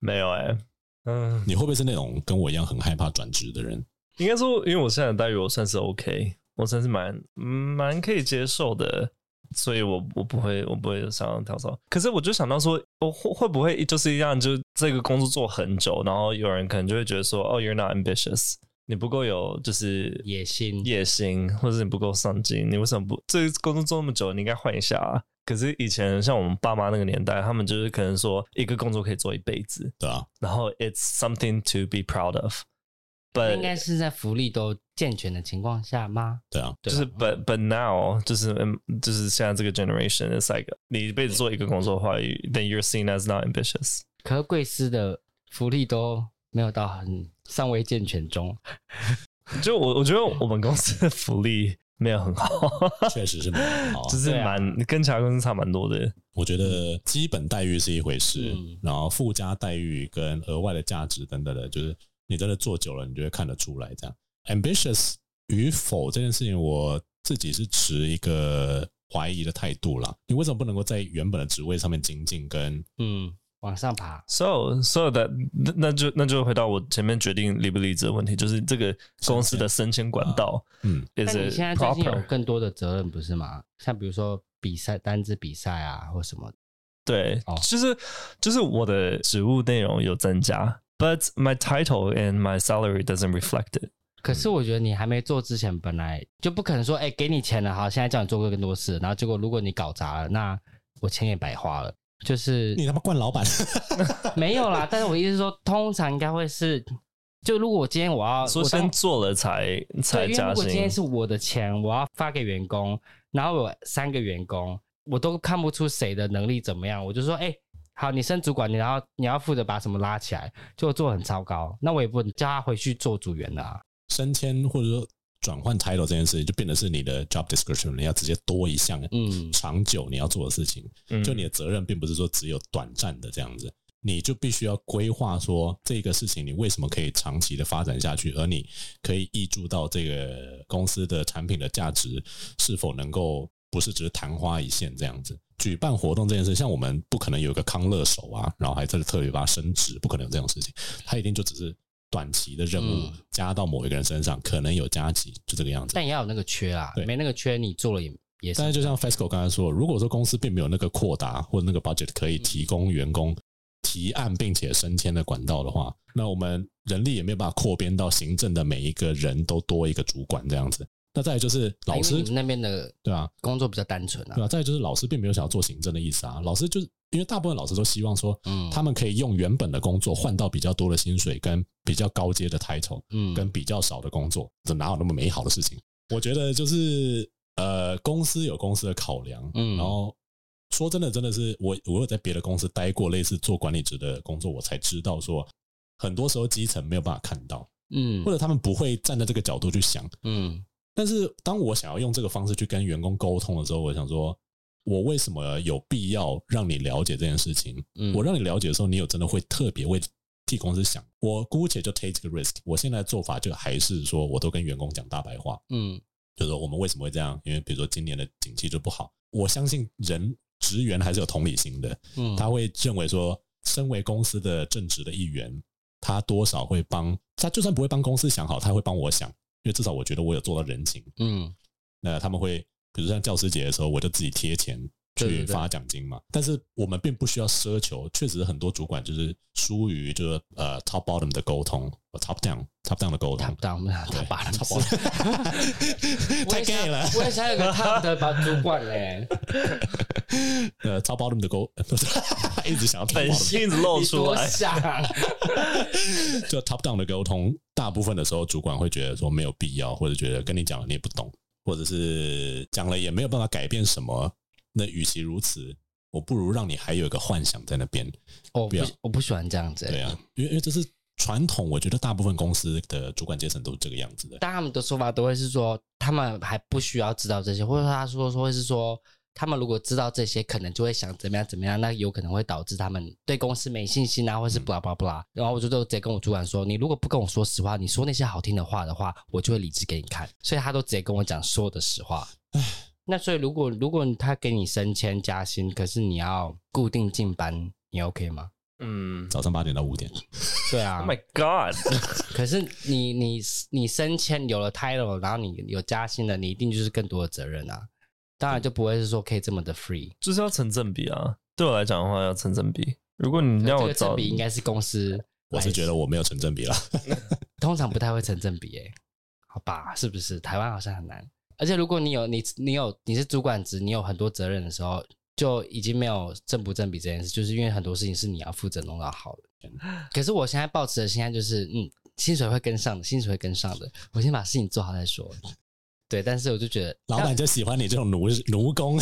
Speaker 1: 没有哎、嗯，
Speaker 2: 你会不会是那种跟我一样很害怕转职的人？
Speaker 1: 应该说，因为我现在的待遇我算是 OK，我算是蛮嗯蛮可以接受的，所以我我不会我不会想要跳槽。可是我就想到说，我会会不会就是一样，就这个工作做很久，然后有人可能就会觉得说，哦，you're not ambitious，你不够有就是
Speaker 3: 野心
Speaker 1: 野心，或者你不够上进，你为什么不这个工作做那么久，你应该换一下啊？可是以前像我们爸妈那个年代，他们就是可能说一个工作可以做一辈子，
Speaker 2: 对啊，
Speaker 1: 然后 it's something to be proud of。
Speaker 3: 应该是在福利都健全的情况下吗？
Speaker 2: 对啊，
Speaker 3: 对
Speaker 1: 就是
Speaker 3: 吧
Speaker 1: but but now 就是嗯就是现在这个 generation is like 你一辈子做一个工作的话，you-，then you're seen as not ambitious。
Speaker 3: 可是贵司的福利都没有到很尚未健全中，
Speaker 1: 就我我觉得我们公司的福利没有很好，
Speaker 2: 确实是没有好啊
Speaker 1: 就。是
Speaker 3: 对啊
Speaker 1: 蛮、跟其他公司差蛮多的。
Speaker 2: 我觉得基本待遇是一回事，
Speaker 3: 嗯
Speaker 2: 然后附加待遇跟额外的价值等等的，就是你真的做久了，你就会看得出来。这样，ambitious 与否这件事情，我自己是持一个怀疑的态度啦。你为什么不能够在原本的职位上面精进？跟
Speaker 3: 嗯，往上爬。
Speaker 1: So so that 那那就那就回到我前面决定离不离职的问题，就是这个公司的升迁管道
Speaker 2: 嗯，
Speaker 1: is
Speaker 3: 但你
Speaker 1: it
Speaker 3: 现在最近有
Speaker 1: proper？
Speaker 3: 更多的责任不是吗？像比如说比赛、单支比赛啊，或什么的。
Speaker 1: 对
Speaker 3: 哦，
Speaker 1: 就是就是我的职务内容有增加，but my title and my salary doesn't reflect it。
Speaker 3: 可
Speaker 1: 嗯
Speaker 3: 是我觉得你还没做之前，本来就不可能说，哎、给你钱了，好，现在叫你做更多事，然后结果如果你搞砸了，那我钱也白花了。就是
Speaker 2: 你他妈惯老板，
Speaker 3: 没有啦，但是我意思是说，通常应该会是，就如果我今天我要
Speaker 1: 说
Speaker 3: 啊我当
Speaker 1: 先做了才才
Speaker 3: 对，因为
Speaker 1: 加
Speaker 3: 如果今
Speaker 1: 薪
Speaker 3: 天，是我的钱，我要发给员工，然后有三个员工，我都看不出谁的能力怎么样，我就说，哎、好，你升主管，你然后你要负责把什么拉起来，就做得很糟糕，那我也不能叫他回去做组员了、啊。
Speaker 2: 升迁或者说转换 title 这件事情，就变得是你的 job description，你要直接多一项
Speaker 3: 嗯
Speaker 2: 长久你要做的事情。
Speaker 1: 嗯
Speaker 2: 就你的责任并不是说只有短暂的这样子，你就必须要规划说这个事情你为什么可以长期的发展下去，而你可以挹注到这个公司的产品的价值是否能够不是只是昙花一现这样子。举办活动这件事，像我们不可能有一个康乐手啊，然后还特特别把它升职，不可能有这种事情。他一定就只是短期的任务
Speaker 3: 嗯
Speaker 2: 加到某一个人身上，可能有加急，就这个样子。
Speaker 3: 但也要有那个缺啊
Speaker 2: 对，
Speaker 3: 没那个缺你做了也也是
Speaker 2: 但是就像 FESCO 刚才说，如果说公司并没有那个扩大或者那个 budget 可以提供员工提案并且升迁的管道的话，那我们人力也没有办法扩编到行政的每一个人都多一个主管这样子。那再来就是老
Speaker 3: 因为
Speaker 2: 师
Speaker 3: 你，们那边的
Speaker 2: 对啊，
Speaker 3: 工作比较单纯啊
Speaker 2: 对，啊，再来就是老师并没有想要做行政的意思啊，老师就是因为大部分老师都希望说，
Speaker 3: 嗯
Speaker 2: 他们可以用原本的工作换到比较多的薪水跟比较高阶的 title，
Speaker 3: 嗯
Speaker 2: 跟比较少的工作，这哪有那么美好的事情？我觉得就是呃，公司有公司的考量，
Speaker 3: 嗯
Speaker 2: 然后说真的，真的是我我有在别的公司待过类似做管理职的工作，我才知道说，很多时候基层没有办法看到，
Speaker 3: 嗯
Speaker 2: 或者他们不会站在这个角度去想。
Speaker 3: 嗯
Speaker 2: 但是当我想要用这个方式去跟员工沟通的时候，我想说。我为什么有必要让你了解这件事情？
Speaker 3: 嗯
Speaker 2: 我让你了解的时候，你有真的会特别为替公司想。我姑且就 take 这个 risk。我现在的做法就还是说，我都跟员工讲大白话，
Speaker 3: 嗯
Speaker 2: 就是说我们为什么会这样，因为比如说今年的景气就不好。我相信人职员还是有同理心的，
Speaker 3: 嗯
Speaker 2: 他会认为说，身为公司的正职的一员，他多少会帮他，就算不会帮公司想好，他会帮我想，因为至少我觉得我有做到人情。
Speaker 3: 嗯
Speaker 2: 那他们会，比如像教师节的时候，我就自己贴钱
Speaker 3: 对对
Speaker 2: 去
Speaker 3: 对
Speaker 2: 发奖金嘛。但是我们并不需要奢求，确实很多主管就是疏于就是呃 top bottom 的沟通呃，top down top down 的沟
Speaker 3: 他
Speaker 2: 通
Speaker 3: 不。当他
Speaker 2: 对
Speaker 3: 把他
Speaker 2: top bottom 太 gay 了，
Speaker 3: 我也想有个 top 的把主管 嘞，
Speaker 2: 呃，top bottom 的沟， 一直想要 top
Speaker 1: 本
Speaker 2: bottom
Speaker 1: 性子露
Speaker 3: 你
Speaker 1: 出
Speaker 3: 多
Speaker 1: 来，
Speaker 3: 想，啊
Speaker 2: 就 top down 的沟通，大部分的时候主管会觉得说没有必要，或者觉得跟你讲了你也不懂，或者是讲了也没有办法改变什么。那与其如此，我不如让你还有一个幻想在那边。
Speaker 3: 我
Speaker 2: 不
Speaker 3: 不
Speaker 2: 要
Speaker 3: 我不喜欢这样子，
Speaker 2: 对啊，因为因为这是传统，我觉得大部分公司的主管阶层都是这个样子的。
Speaker 3: 但他们的说法都会是说，他们还不需要知道这些，或者他说说会是说，他们如果知道这些，可能就会想怎么样怎么样，那有可能会导致他们对公司没信心啊，或
Speaker 1: 嗯
Speaker 3: 是 blah blah blah。然后我就都直接跟我主管说，你如果不跟我说实话，你说那些好听的话的话，我就会离职给你看。所以他都直接跟我讲说我的实话。那所以如果如果他给你升迁加薪，可是你要固定进班，你 OK 吗？
Speaker 1: 嗯
Speaker 2: 早上八点到五点，
Speaker 3: 对啊
Speaker 1: ，Oh my God，
Speaker 3: 可是你你你升迁有了 title，然后你有加薪了，你一定就是更多的责任啊。当然就不会是说可以这么的 free。
Speaker 1: 就是要成正比啊。对我来讲的话，要成正比。如果你让
Speaker 3: 这
Speaker 1: 我
Speaker 3: 个
Speaker 1: 找，
Speaker 3: 正比应该是公司，
Speaker 2: 我是觉得我没有成正比了。
Speaker 3: 通常不太会成正比诶、欸好吧？是不是？台湾好像很难。而且如果你有你你有你是主管职，你有很多责任的时候，就已经没有正不正比这件事，就是因为很多事情是你要负责弄到好的。可是我现在抱持的心态就是，嗯，薪水会跟上的，薪水会跟上的，我先把事情做好再说。对，但是我就觉得
Speaker 2: 老板就喜欢你这种奴奴工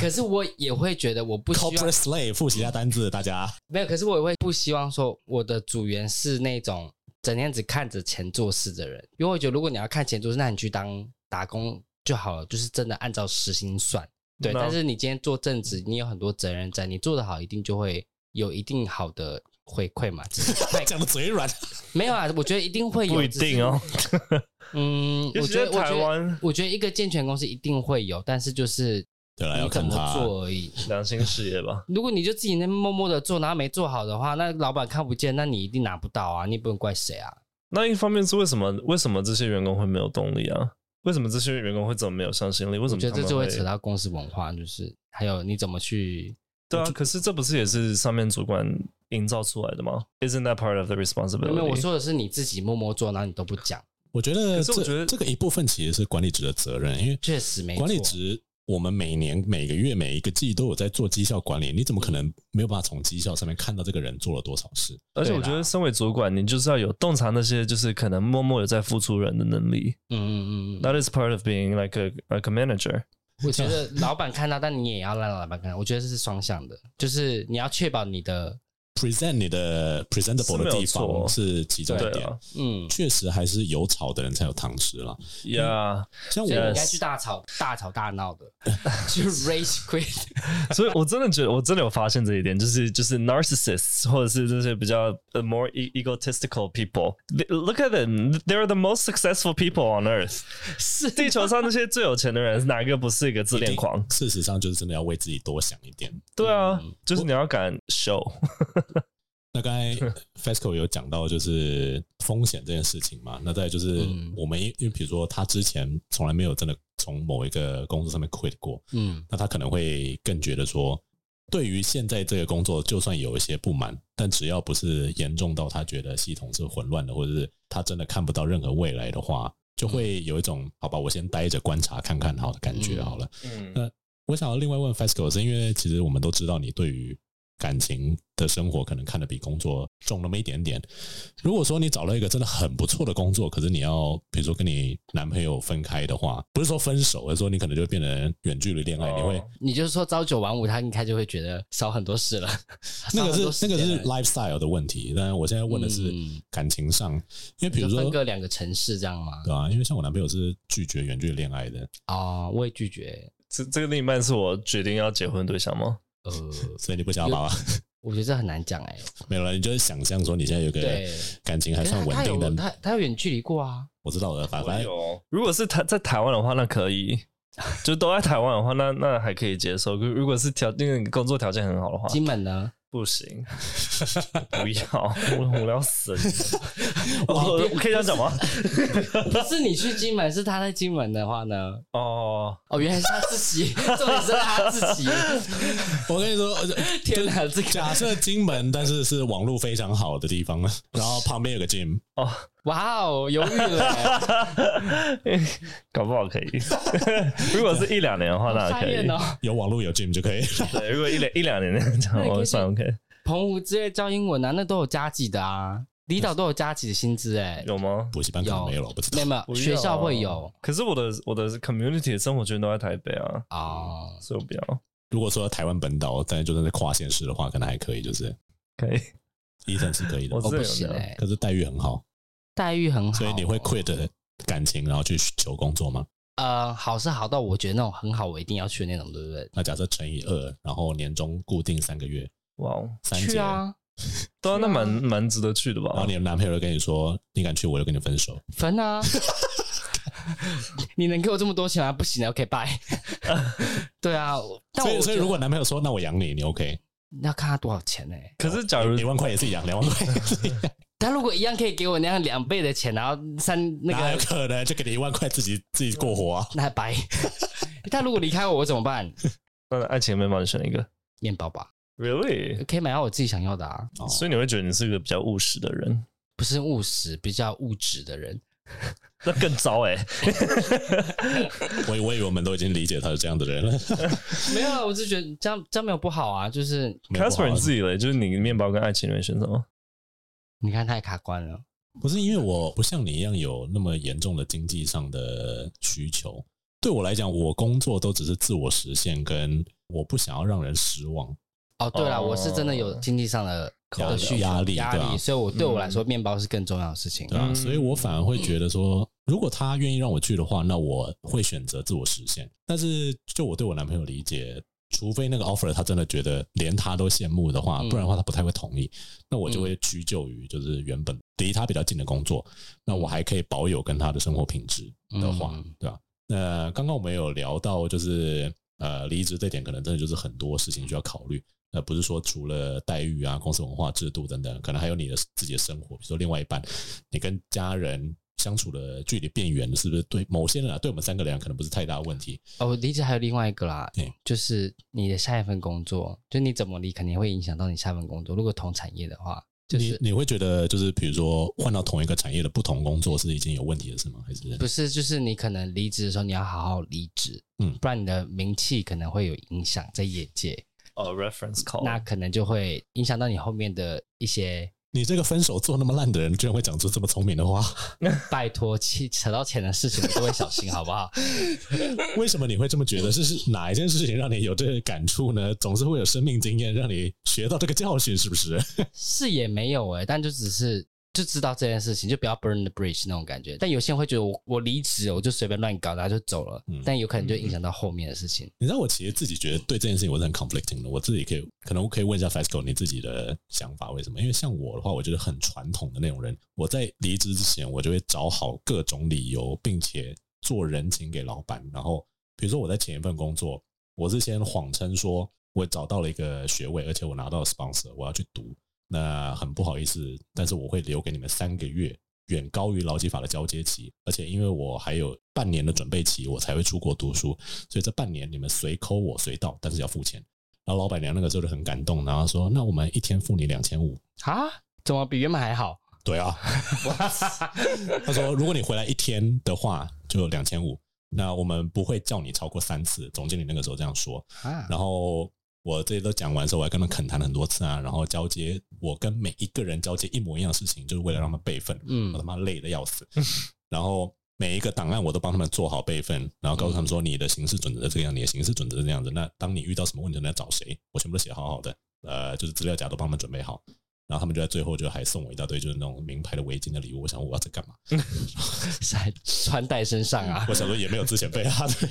Speaker 3: 可是我也会觉得我 不希望
Speaker 2: ，corporate slave。复习一下单
Speaker 1: 嗯
Speaker 2: 字，大家
Speaker 3: 没有，可是我也会不希望说我的组员是那种整天只看着钱做事的人，因为我觉得如果你要看钱做事，那你去当打工就好了，就是真的按照时薪算。对，
Speaker 1: 那
Speaker 3: 但是你今天做正职，你有很多责任在，你做得好，一定就会有一定好的回馈嘛。只是
Speaker 2: 讲的嘴软。
Speaker 3: 没有啊，我觉得一定会 有，
Speaker 1: 不一
Speaker 3: 只是
Speaker 1: 定哦。
Speaker 3: 嗯，
Speaker 1: 尤
Speaker 3: 我
Speaker 1: 其
Speaker 3: 觉
Speaker 1: 在
Speaker 3: 得我
Speaker 1: 台
Speaker 3: 觉得
Speaker 1: 湾，
Speaker 3: 我觉得一个健全公司一定会有，但是就是
Speaker 2: 对了，要
Speaker 3: 你怎
Speaker 2: 看
Speaker 3: 么
Speaker 2: 他
Speaker 3: 做而已。
Speaker 1: 良心事业吧。
Speaker 3: 如果你就自己那默默的做，然后没做好的话，那老板看不见，那你一定拿不到啊，你也不能怪谁啊。
Speaker 1: 那一方面是为什么？为什么这些员工会没有动力啊？为什么这些员工会怎么没有向心
Speaker 2: 嗯
Speaker 1: 力？为什
Speaker 3: 我
Speaker 1: 么
Speaker 3: 觉得
Speaker 1: 他
Speaker 3: 这
Speaker 1: 们
Speaker 3: 就会扯到公司文化，就是还有你怎么去，
Speaker 1: 对啊，可是这不是也是上面主管营造出来的吗？Isn't that part of the
Speaker 3: 没
Speaker 1: responsibility？
Speaker 3: 有我说的是你自己默默做，然后你都不讲，
Speaker 2: 我觉得
Speaker 1: 可是我
Speaker 2: 这
Speaker 1: 觉得
Speaker 2: 这个一部分其实是管理职的责任，因为
Speaker 3: 确实没
Speaker 2: 管理
Speaker 3: 错
Speaker 2: 职，我们每年、每个月、每一个季都有在做绩效管理，你怎么可能没有办法从绩效上面看到这个人做了多少事？
Speaker 1: 而且我觉得身为主管，你就是要有洞察那些就是可能默默有在付出人的能力。
Speaker 3: 嗯嗯嗯嗯，
Speaker 1: That is part of being like a like a manager。
Speaker 3: 我觉得老板看到，但你也要让老板看到，我觉得这是双向的，就是你要确保你的，
Speaker 2: present 你的
Speaker 1: 是
Speaker 2: presentable
Speaker 1: 没
Speaker 2: 的
Speaker 1: 有
Speaker 2: 地方
Speaker 1: 错
Speaker 2: 是其中
Speaker 1: 对
Speaker 2: 一点
Speaker 1: 啊。
Speaker 3: 嗯，
Speaker 2: 确实还是有炒的人才有糖吃啦。
Speaker 1: ，Yeah。
Speaker 2: 像
Speaker 3: 所以你应该
Speaker 1: Yes
Speaker 3: 去大吵大吵大闹 的，去 rage quit，
Speaker 1: 所以，我真的觉得，我真的有发现这一点，就是就是 narcissists 或者是这些比较 uh, more e- egotistical people。They- Look at them, they're the most successful people on earth。
Speaker 3: 是
Speaker 1: 地球上那些最有钱的人，哪个不是一个自
Speaker 2: 一定
Speaker 1: 恋狂？
Speaker 2: 事实上就是真的要为自己多想一点。
Speaker 1: 对啊
Speaker 3: 嗯，
Speaker 1: 就是你要敢 show。
Speaker 2: 那刚才 FESCO 有讲到就是风险这件事情嘛，那再就是
Speaker 3: 嗯
Speaker 2: 我们因因为比如说他之前从来没有真的从某一个工作上面 quit 过，
Speaker 3: 嗯
Speaker 2: 那他可能会更觉得说，对于现在这个工作，就算有一些不满，但只要不是严重到他觉得系统是混乱的，或者是他真的看不到任何未来的话，就会有一种好吧，我先待着观察看看好的感觉好了。
Speaker 1: 嗯
Speaker 2: 那我想要另外问 FESCO 是因为其实我们都知道你对于感情的生活可能看得比工作重那么一点点。如果说你找了一个真的很不错的工作，可是你要比如说跟你男朋友分开的话，不是说分手，而是说你可能就会变成远距离恋爱，你会
Speaker 1: 哦
Speaker 3: 你就是说朝九晚五，他应该就会觉得少很多事了。
Speaker 2: 那
Speaker 3: 少很
Speaker 2: 个
Speaker 3: 多
Speaker 2: 是
Speaker 3: 时
Speaker 2: 那
Speaker 3: 间
Speaker 2: 个是
Speaker 3: 了
Speaker 2: lifestyle 的问题。但我现在问的是
Speaker 3: 嗯
Speaker 2: 感情上，因为比
Speaker 3: 你
Speaker 2: 如
Speaker 3: 就分
Speaker 2: 说
Speaker 3: 割两个城市这样吗？
Speaker 2: 对啊，因为像我男朋友是拒绝远距离恋爱的，
Speaker 3: 哦，我也拒绝。
Speaker 1: 这这个另一半是我决定要结婚的对象吗？
Speaker 3: 呃，
Speaker 2: 所以你不想要把
Speaker 3: 我觉得这很难讲哎、
Speaker 2: 没有了，你就是想象说你现在有个
Speaker 3: 对，
Speaker 2: 感情还
Speaker 3: 可是
Speaker 2: 算
Speaker 3: 他
Speaker 2: 稳
Speaker 3: 他
Speaker 2: 定
Speaker 3: 有
Speaker 2: 的，
Speaker 3: 他他有远距离过啊。
Speaker 2: 我知道了，反
Speaker 1: 我
Speaker 2: 正
Speaker 1: 有，如果是台在台湾的话，那可以。就都在台湾的话，那那还可以接受。如如果是条那个工作条件很好的
Speaker 2: 啊
Speaker 1: 话，
Speaker 3: 金 门呢？
Speaker 1: 不行，不要，我无聊死了。 我
Speaker 3: 哦
Speaker 1: 我可以这样讲吗？
Speaker 3: 不是你去金门，是他在金门的话呢？
Speaker 1: 哦，
Speaker 3: 哦，原来是他 自己，重点是他自己。
Speaker 2: 我跟你说，呃
Speaker 3: 天哪，这个
Speaker 2: 假设金门，但是是网络非常好的地方，啊 然后旁边有个 gym，
Speaker 3: 哇哦，犹豫 了欸、
Speaker 1: 搞不好可以。 如果是一两年的话，那
Speaker 3: 好傻
Speaker 1: 可以
Speaker 3: 眼。哦。
Speaker 2: 有网络有 gym 就可以。
Speaker 1: 对，如果一两一两年 那样讲，我算 OK。
Speaker 3: 澎湖之类教英文啊，那都有加级的啊，离岛都有加级的薪资 哎、
Speaker 1: 有吗？
Speaker 2: 补习班可能
Speaker 3: 有
Speaker 2: 没有了，我不知啊
Speaker 3: 没
Speaker 2: 道
Speaker 3: 有。没有，学校会有。
Speaker 1: 可是我的我的 community 的生活圈都在台北啊，
Speaker 3: 哦。
Speaker 1: 所以我不要。
Speaker 2: 如果说台湾本岛，但就算是跨县市的话，可能还可以，就是
Speaker 1: 可以，
Speaker 2: 医生是可以的
Speaker 1: 我，
Speaker 3: 哦，
Speaker 1: 知
Speaker 3: 不
Speaker 1: 道
Speaker 3: 行
Speaker 1: 有的
Speaker 3: 哎、
Speaker 2: 可是待遇很好，
Speaker 3: 待遇很好，
Speaker 2: 所以你会 quit 感情，然后去求工作吗？
Speaker 3: 呃，好是好到我觉得那种很好，我一定要去的那种，对不对？
Speaker 2: 那假设乘以二，然后年终固定三个月，
Speaker 1: 哇哦，
Speaker 2: 三节，
Speaker 3: 去
Speaker 2: 然
Speaker 3: 啊，
Speaker 1: 对啊，那蛮
Speaker 3: 是
Speaker 1: 蛮值得去的吧
Speaker 2: 后？你的男朋友就跟你说，你敢去，我就跟你分手。
Speaker 3: 分啊！ 你能给我这么多钱吗？不行啊，OK，拜。 对啊，但
Speaker 2: 所
Speaker 3: 我
Speaker 2: 以，所以
Speaker 3: 觉得
Speaker 2: 如果男朋友说，那我养你，你 OK？
Speaker 3: 要看他多少钱呢、
Speaker 1: 可是假如
Speaker 2: 一万块也是养，两万块也是一样，
Speaker 3: 他如果一样可以给我那样两倍的钱，然后三那
Speaker 2: 哪有
Speaker 3: 个
Speaker 2: 可能？就给你一万块，自己自己过活啊？
Speaker 3: 那白，他如果离开我，我怎么办？
Speaker 1: 那爱情面包你选一个
Speaker 3: 面包吧，
Speaker 1: ，really？
Speaker 3: 可以买到我自己想要的啊，
Speaker 2: 哦
Speaker 1: 所以你会觉得你是一个比较务实的人，
Speaker 3: 不是务实，比较物质的人。
Speaker 1: 那更糟哎、
Speaker 2: 哦我以我以为我们都已经理解他是这样的人了。
Speaker 3: 没有，啊，我是觉得这样这样没有不好啊，就是
Speaker 2: 没有不好
Speaker 1: Casper 你自己嘞，就是你面包跟爱情里面选什么？
Speaker 3: 你看太卡关了，
Speaker 2: 不是因为我不像你一样有那么严重的经济上的需求，对我来讲，我工作都只是自我实现，跟我不想要让人失望。
Speaker 3: 哦，对了，
Speaker 1: 哦
Speaker 3: 我是真的有经济上的
Speaker 2: 压
Speaker 3: 的需求
Speaker 2: 压力
Speaker 3: 压
Speaker 2: 对啊
Speaker 3: 力，所以我对我来说，面包是更重要的事情。
Speaker 2: 对啊，
Speaker 1: 嗯
Speaker 2: 所以我反而会觉得说，如果他愿意让我去的话，那我会选择自我实现。但是就我对我男朋友理解，除非那个 offer 他真的觉得连他都羡慕的话，
Speaker 3: 嗯
Speaker 2: 不然的话他不太会同意。那我就会屈就于就是原本离他比较近的工作，那我还可以保有跟他的生活品质的话，
Speaker 3: 嗯
Speaker 2: 对吧、那刚刚我们有聊到就是呃离职这点，可能真的就是很多事情需要考虑。呃，不是说除了待遇啊、公司文化、制度等等，可能还有你的自己的生活，比如说另外一半，你跟家人相处的距离变远，是不是对某些人啊，对我们三个人啊可能不是太大的问题？
Speaker 3: 哦，我离职还有另外一个啦
Speaker 2: 对，
Speaker 3: 就是你的下一份工作，就你怎么离，肯定会影响到你下一份工作。如果同产业的话，就是
Speaker 2: 你你会觉得就是比如说换到同一个产业的不同工作是已经有问题的是吗？还是
Speaker 3: 不是就是你可能离职的时候，你要好好离职，
Speaker 2: 嗯
Speaker 3: 不然你的名气可能会有影响在业界，
Speaker 1: 哦、r e f e r e n c e
Speaker 3: 那
Speaker 1: call，
Speaker 3: 可能就会影响到你后面的一些。
Speaker 2: 你这个分手做那么烂的人，居然会讲出这么聪明的话，
Speaker 3: 拜托，切扯到钱的事情，你都会小心，好不好？
Speaker 2: 为什么你会这么觉得？是是哪一件事情让你有这个感触呢？总是会有生命经验让你学到这个教训，是不是？
Speaker 3: 是也没有哎、但就只是就知道这件事情，就不要 burn the bridge 那种感觉。但有些人会觉得我我离职了，我就随便乱搞，然后就走了，
Speaker 2: 嗯
Speaker 3: 但有可能就影响到后面的事情。
Speaker 2: 你知道，我其实自己觉得对这件事情我是很 conflicting 的。我自己可以，可能我可以问一下 FESCO 你自己的想法，为什么？因为像我的话，我觉得很传统的那种人，我在离职之前，我就会找好各种理由，并且做人情给老板。然后，比如说我在前一份工作，我之前谎称说我找到了一个学位，而且我拿到了 sponsor，我要去读。那很不好意思，但是我会留给你们三个月，远高于劳基法的交接期，而且因为我还有半年的准备期，我才会出国读书。所以这半年你们随抠我随到，但是要付钱。然后老板娘那个时候就很感动，然后说：“那我们一天付你两千五。
Speaker 3: 啊？怎么比原本还好？”
Speaker 2: 对啊，他说：“如果你回来一天的话，就两千五。那我们不会叫你超过三次，总经理那个时候这样说。
Speaker 3: 啊，
Speaker 2: 然后我这些都讲完的时候，我还跟他们恳谈了很多次啊，然后交接，我跟每一个人交接一模一样的事情，就是为了让他们备份，
Speaker 3: 嗯
Speaker 2: 我他妈累的要死。然后每一个档案我都帮他们做好备份，然后告诉他们说你的行事准则是这个样，你的行事准则是这样子。那当你遇到什么问题，你要找谁，我全部都写好好的，呃，就是资料夹都帮他们准备好。然后他们就在最后就还送我一大堆就是那种名牌的围巾的礼物，我想我要这干嘛？
Speaker 3: 在穿戴身上啊
Speaker 2: 我，想说也没有之前被他的，啊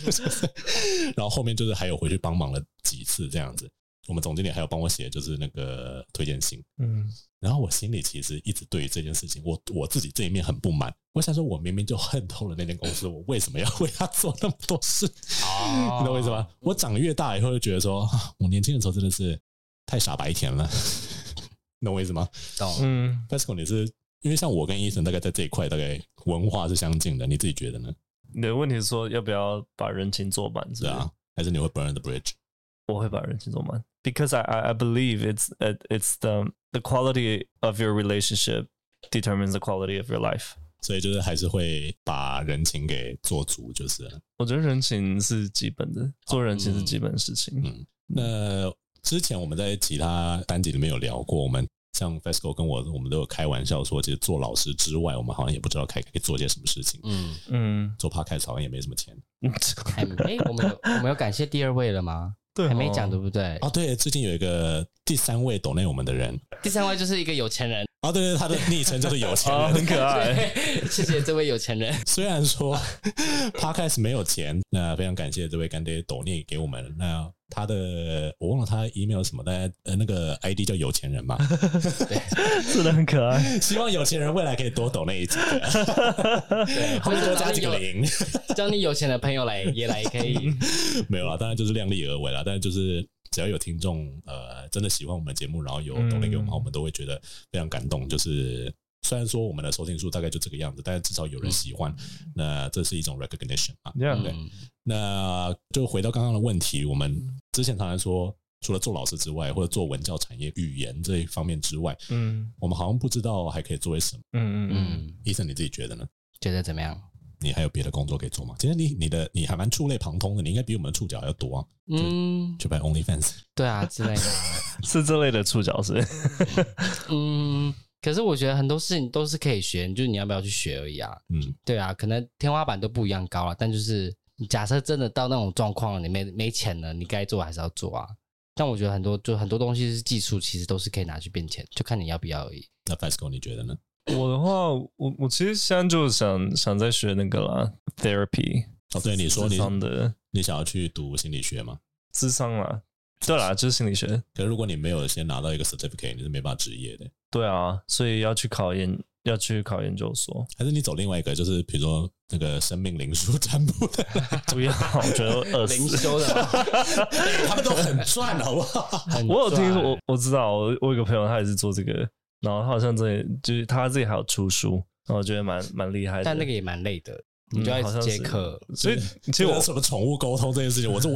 Speaker 2: 然后后面就是还有回去帮忙了几次这样子。我们总经理还有帮我写就是那个推荐信，
Speaker 1: 嗯，
Speaker 2: 然后我心里其实一直对于这件事情，我我自己这一面很不满。我想说，我明明就恨透了那间公司，我为什么要 为他做那么多事？
Speaker 3: 哦
Speaker 2: 你懂我意思吗？我长越大以后就觉得说， 啊我年轻的时候真的是太傻白甜了， 你懂我意思吗？
Speaker 3: 懂。
Speaker 1: 嗯，
Speaker 2: 但是你是因为像我跟伊森大概在这一块大概文化是相近的，你自己觉得呢？
Speaker 1: 你的问题是说要不要把人情做满？是
Speaker 2: 是
Speaker 1: 吧？
Speaker 2: 啊，还是你会 burn the bridge？
Speaker 1: 我会把人情做满，because I I I believe it's it- it's the the quality of your relationship determines the quality of your life。
Speaker 2: 所以就是还是会把人情给做足，就是了
Speaker 1: 我觉得人情是基本的，做人情是基本的事情。
Speaker 2: 嗯那之前我们在其他单集里面有聊过，我们像 FESCO 跟我，我们都有开玩笑说，其实做老师之外，我们好像也不知道可以可以做些什么事情。
Speaker 3: 嗯，
Speaker 1: 嗯，
Speaker 2: 做 podcast 好像也没什么钱
Speaker 3: 还没，我们有我们有感谢第二位了吗？
Speaker 1: 对哦，
Speaker 3: 还没讲对不对？
Speaker 2: 哦。对，最近有一个第三位懂内我们的人
Speaker 3: 第三位就是一个有 钱人，
Speaker 2: 哦，对对，他的昵称叫做有 钱
Speaker 1: 哦，很
Speaker 2: 人。
Speaker 1: 可
Speaker 2: 哎
Speaker 1: 爱。
Speaker 3: 对，谢谢这位有钱人。
Speaker 2: 虽然说 podcast 没有钱，那非常感谢这位干爹抖内给我们。那他的我忘了他 email 什么，但呃那个 ID 叫有 钱人吧。
Speaker 1: 真的很可爱。
Speaker 2: 希望有钱人未来可以多抖 那一集，后面多加几个零。
Speaker 3: 叫你有钱的朋友来也来可 以，
Speaker 2: 没有啦，当然就是量力而为啦。但是就是只要有听众呃真的喜欢我们的节目，然后有
Speaker 1: 嗯
Speaker 2: 抖内给我们，我们都会觉得非常感动。就是虽然说我们的收听数大概就这个样子，但是至少有人喜欢，那这是一种 recognition 嘛。
Speaker 1: Yeah，
Speaker 3: 嗯
Speaker 2: 那就回到刚刚的问题，我们之前常常说，除了做老师之外，或者做文教产业语言这一方面之外，
Speaker 1: 嗯
Speaker 2: 我们好像不知道还可以做些什么。
Speaker 1: 嗯嗯嗯，
Speaker 3: 嗯，
Speaker 2: 医生你自己觉得呢？
Speaker 3: 觉得怎么样？
Speaker 2: 你还有别的工作可以做吗？其实你你的你还蛮触类旁通的，你应该比我们的触角还要多啊！
Speaker 3: 嗯，
Speaker 2: 去拍 OnlyFans，
Speaker 3: 对啊之类的。
Speaker 1: 是这类的触角是不是。
Speaker 3: 嗯，可是我觉得很多事情都是可以学，就是你要不要去学而已啊。
Speaker 2: 嗯，
Speaker 3: 对啊，可能天花板都不一样高了，啊但就是你假设真的到那种状况了，你没没钱了，你该做还是要做啊。但我觉得很多就很多东西是技术，其实都是可以拿去变钱，就看你要不要而 已。
Speaker 2: 那 FESCO 你觉得呢？
Speaker 1: 我的话，我我其实现在就想想在学那个啦，therapy。
Speaker 2: 哦，对，你说你
Speaker 1: 智商的
Speaker 2: 你想要去读心理学嘛？
Speaker 1: 智商啦，对啦，就是心理学。
Speaker 2: 可是如果你没有先拿到一个 certificate，你是没办法执业的。
Speaker 1: 对啊，所以要去考研，要去考研究 所。
Speaker 2: 还是你走另外一个，就是比如说那个生命灵数占卜的，
Speaker 1: 不要，我觉得我饿
Speaker 3: 灵
Speaker 1: 死。
Speaker 3: 修的 嘛
Speaker 2: 他们都 很赚，好不好？
Speaker 3: 很啊
Speaker 1: 我有听说，
Speaker 3: 赚
Speaker 1: 我我知道，我我有个朋友他也是做这个，然后他好像真的就是他自己还有出书，然后我觉得蛮蛮厉害的。
Speaker 3: 但那个嗯也蛮累的，你就要一
Speaker 1: 嗯好
Speaker 3: 直
Speaker 1: 像
Speaker 3: 接
Speaker 1: 是
Speaker 3: 客。
Speaker 1: 所以其实
Speaker 2: 这
Speaker 1: 我
Speaker 2: 个什么宠物沟通这件事情，我是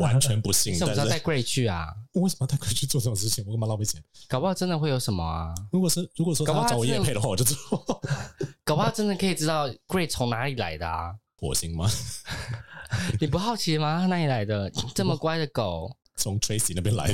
Speaker 2: 完全不 信
Speaker 3: 你。什么
Speaker 2: 但
Speaker 3: 时候带
Speaker 2: 是
Speaker 3: Gray 去啊？
Speaker 2: 我 为什么要带过去做这种事情？我干嘛浪费钱？
Speaker 3: 搞不好真的会有什么啊？
Speaker 2: 如果是如果说他
Speaker 3: 搞不
Speaker 2: 要
Speaker 3: 好
Speaker 2: 找我
Speaker 3: 他是
Speaker 2: 夜配的话，我就做
Speaker 3: 搞不好真的可以知道 Gray 从哪里来的啊？
Speaker 2: 火星吗？
Speaker 3: 你不好奇吗？他哪里来的这么乖的狗
Speaker 2: 从 Tracy 那边来的。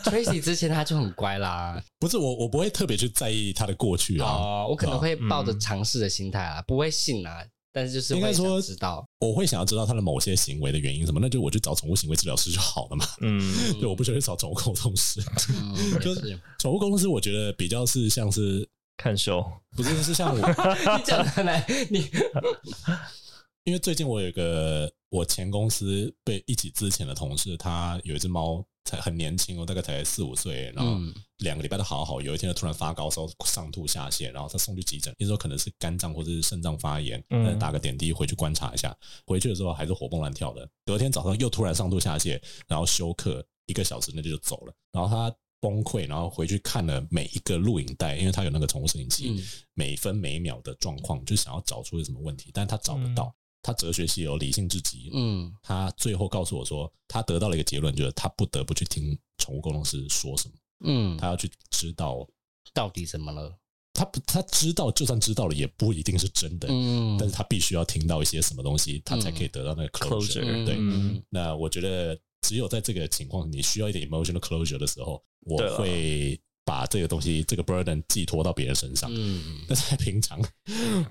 Speaker 3: ？Tracy 之前他就很乖啦。
Speaker 2: 不是我，我不会特别去在意他的过去啊。
Speaker 3: 哦，我可能会抱着
Speaker 1: 嗯
Speaker 3: 尝试的心态啊，不会信啊，但是就是
Speaker 2: 应
Speaker 3: 会
Speaker 2: 该说
Speaker 3: 想知道。
Speaker 2: 我会想要知道他的某些行为的原因什么，那就我去找宠物行为治疗师就好了嘛。
Speaker 1: 嗯
Speaker 2: 对，我不需要去找宠物沟通 师。
Speaker 3: 嗯，也
Speaker 2: 就是宠物沟通师，我觉得比较是像是
Speaker 1: 看秀，
Speaker 2: 不是是像我，
Speaker 3: 你讲的很难， 你
Speaker 2: 因为最近我有一个我前公司被一起之前的同事，他有一只猫才很年轻哦，大概才四五岁，然后
Speaker 3: 嗯
Speaker 2: 两个礼拜都好好，有一天就突然发高烧，上吐下泻，然后他送去急诊，那时候可能是肝脏或者是肾脏发炎，
Speaker 1: 嗯
Speaker 2: 嗯，打个点滴回去观察一下。回去的时候还是活蹦乱跳的，隔天早上又突然上吐下泻，然后休克一个小时内就走了，然后他。崩溃，然后回去看了每一个录影带，因为他有那个宠物摄影机，
Speaker 3: 嗯
Speaker 2: 每分每秒的状况，就想要找出有什么问题，但他找不到。他哲学系有理性至极，
Speaker 3: 嗯
Speaker 2: 他最后告诉我说，他得到了一个结论，就是他不得不去听宠物沟通师说什么。
Speaker 3: 嗯
Speaker 2: 他，要去知道
Speaker 3: 到底怎么了？
Speaker 2: 他不他知道，就算知道了，也不一定是真的。
Speaker 3: 嗯
Speaker 2: 但是他必须要听到一些什么东西，他才可以得到那个 closure。
Speaker 1: 嗯 Closure，
Speaker 2: 对，
Speaker 1: 嗯
Speaker 2: 那我觉得只有在这个情况，你需要一点 emotional closure 的时候，我
Speaker 1: 对了
Speaker 2: 会把这个东西这个 burden 寄托到别人身 上。
Speaker 3: 嗯，
Speaker 2: 但是在平常，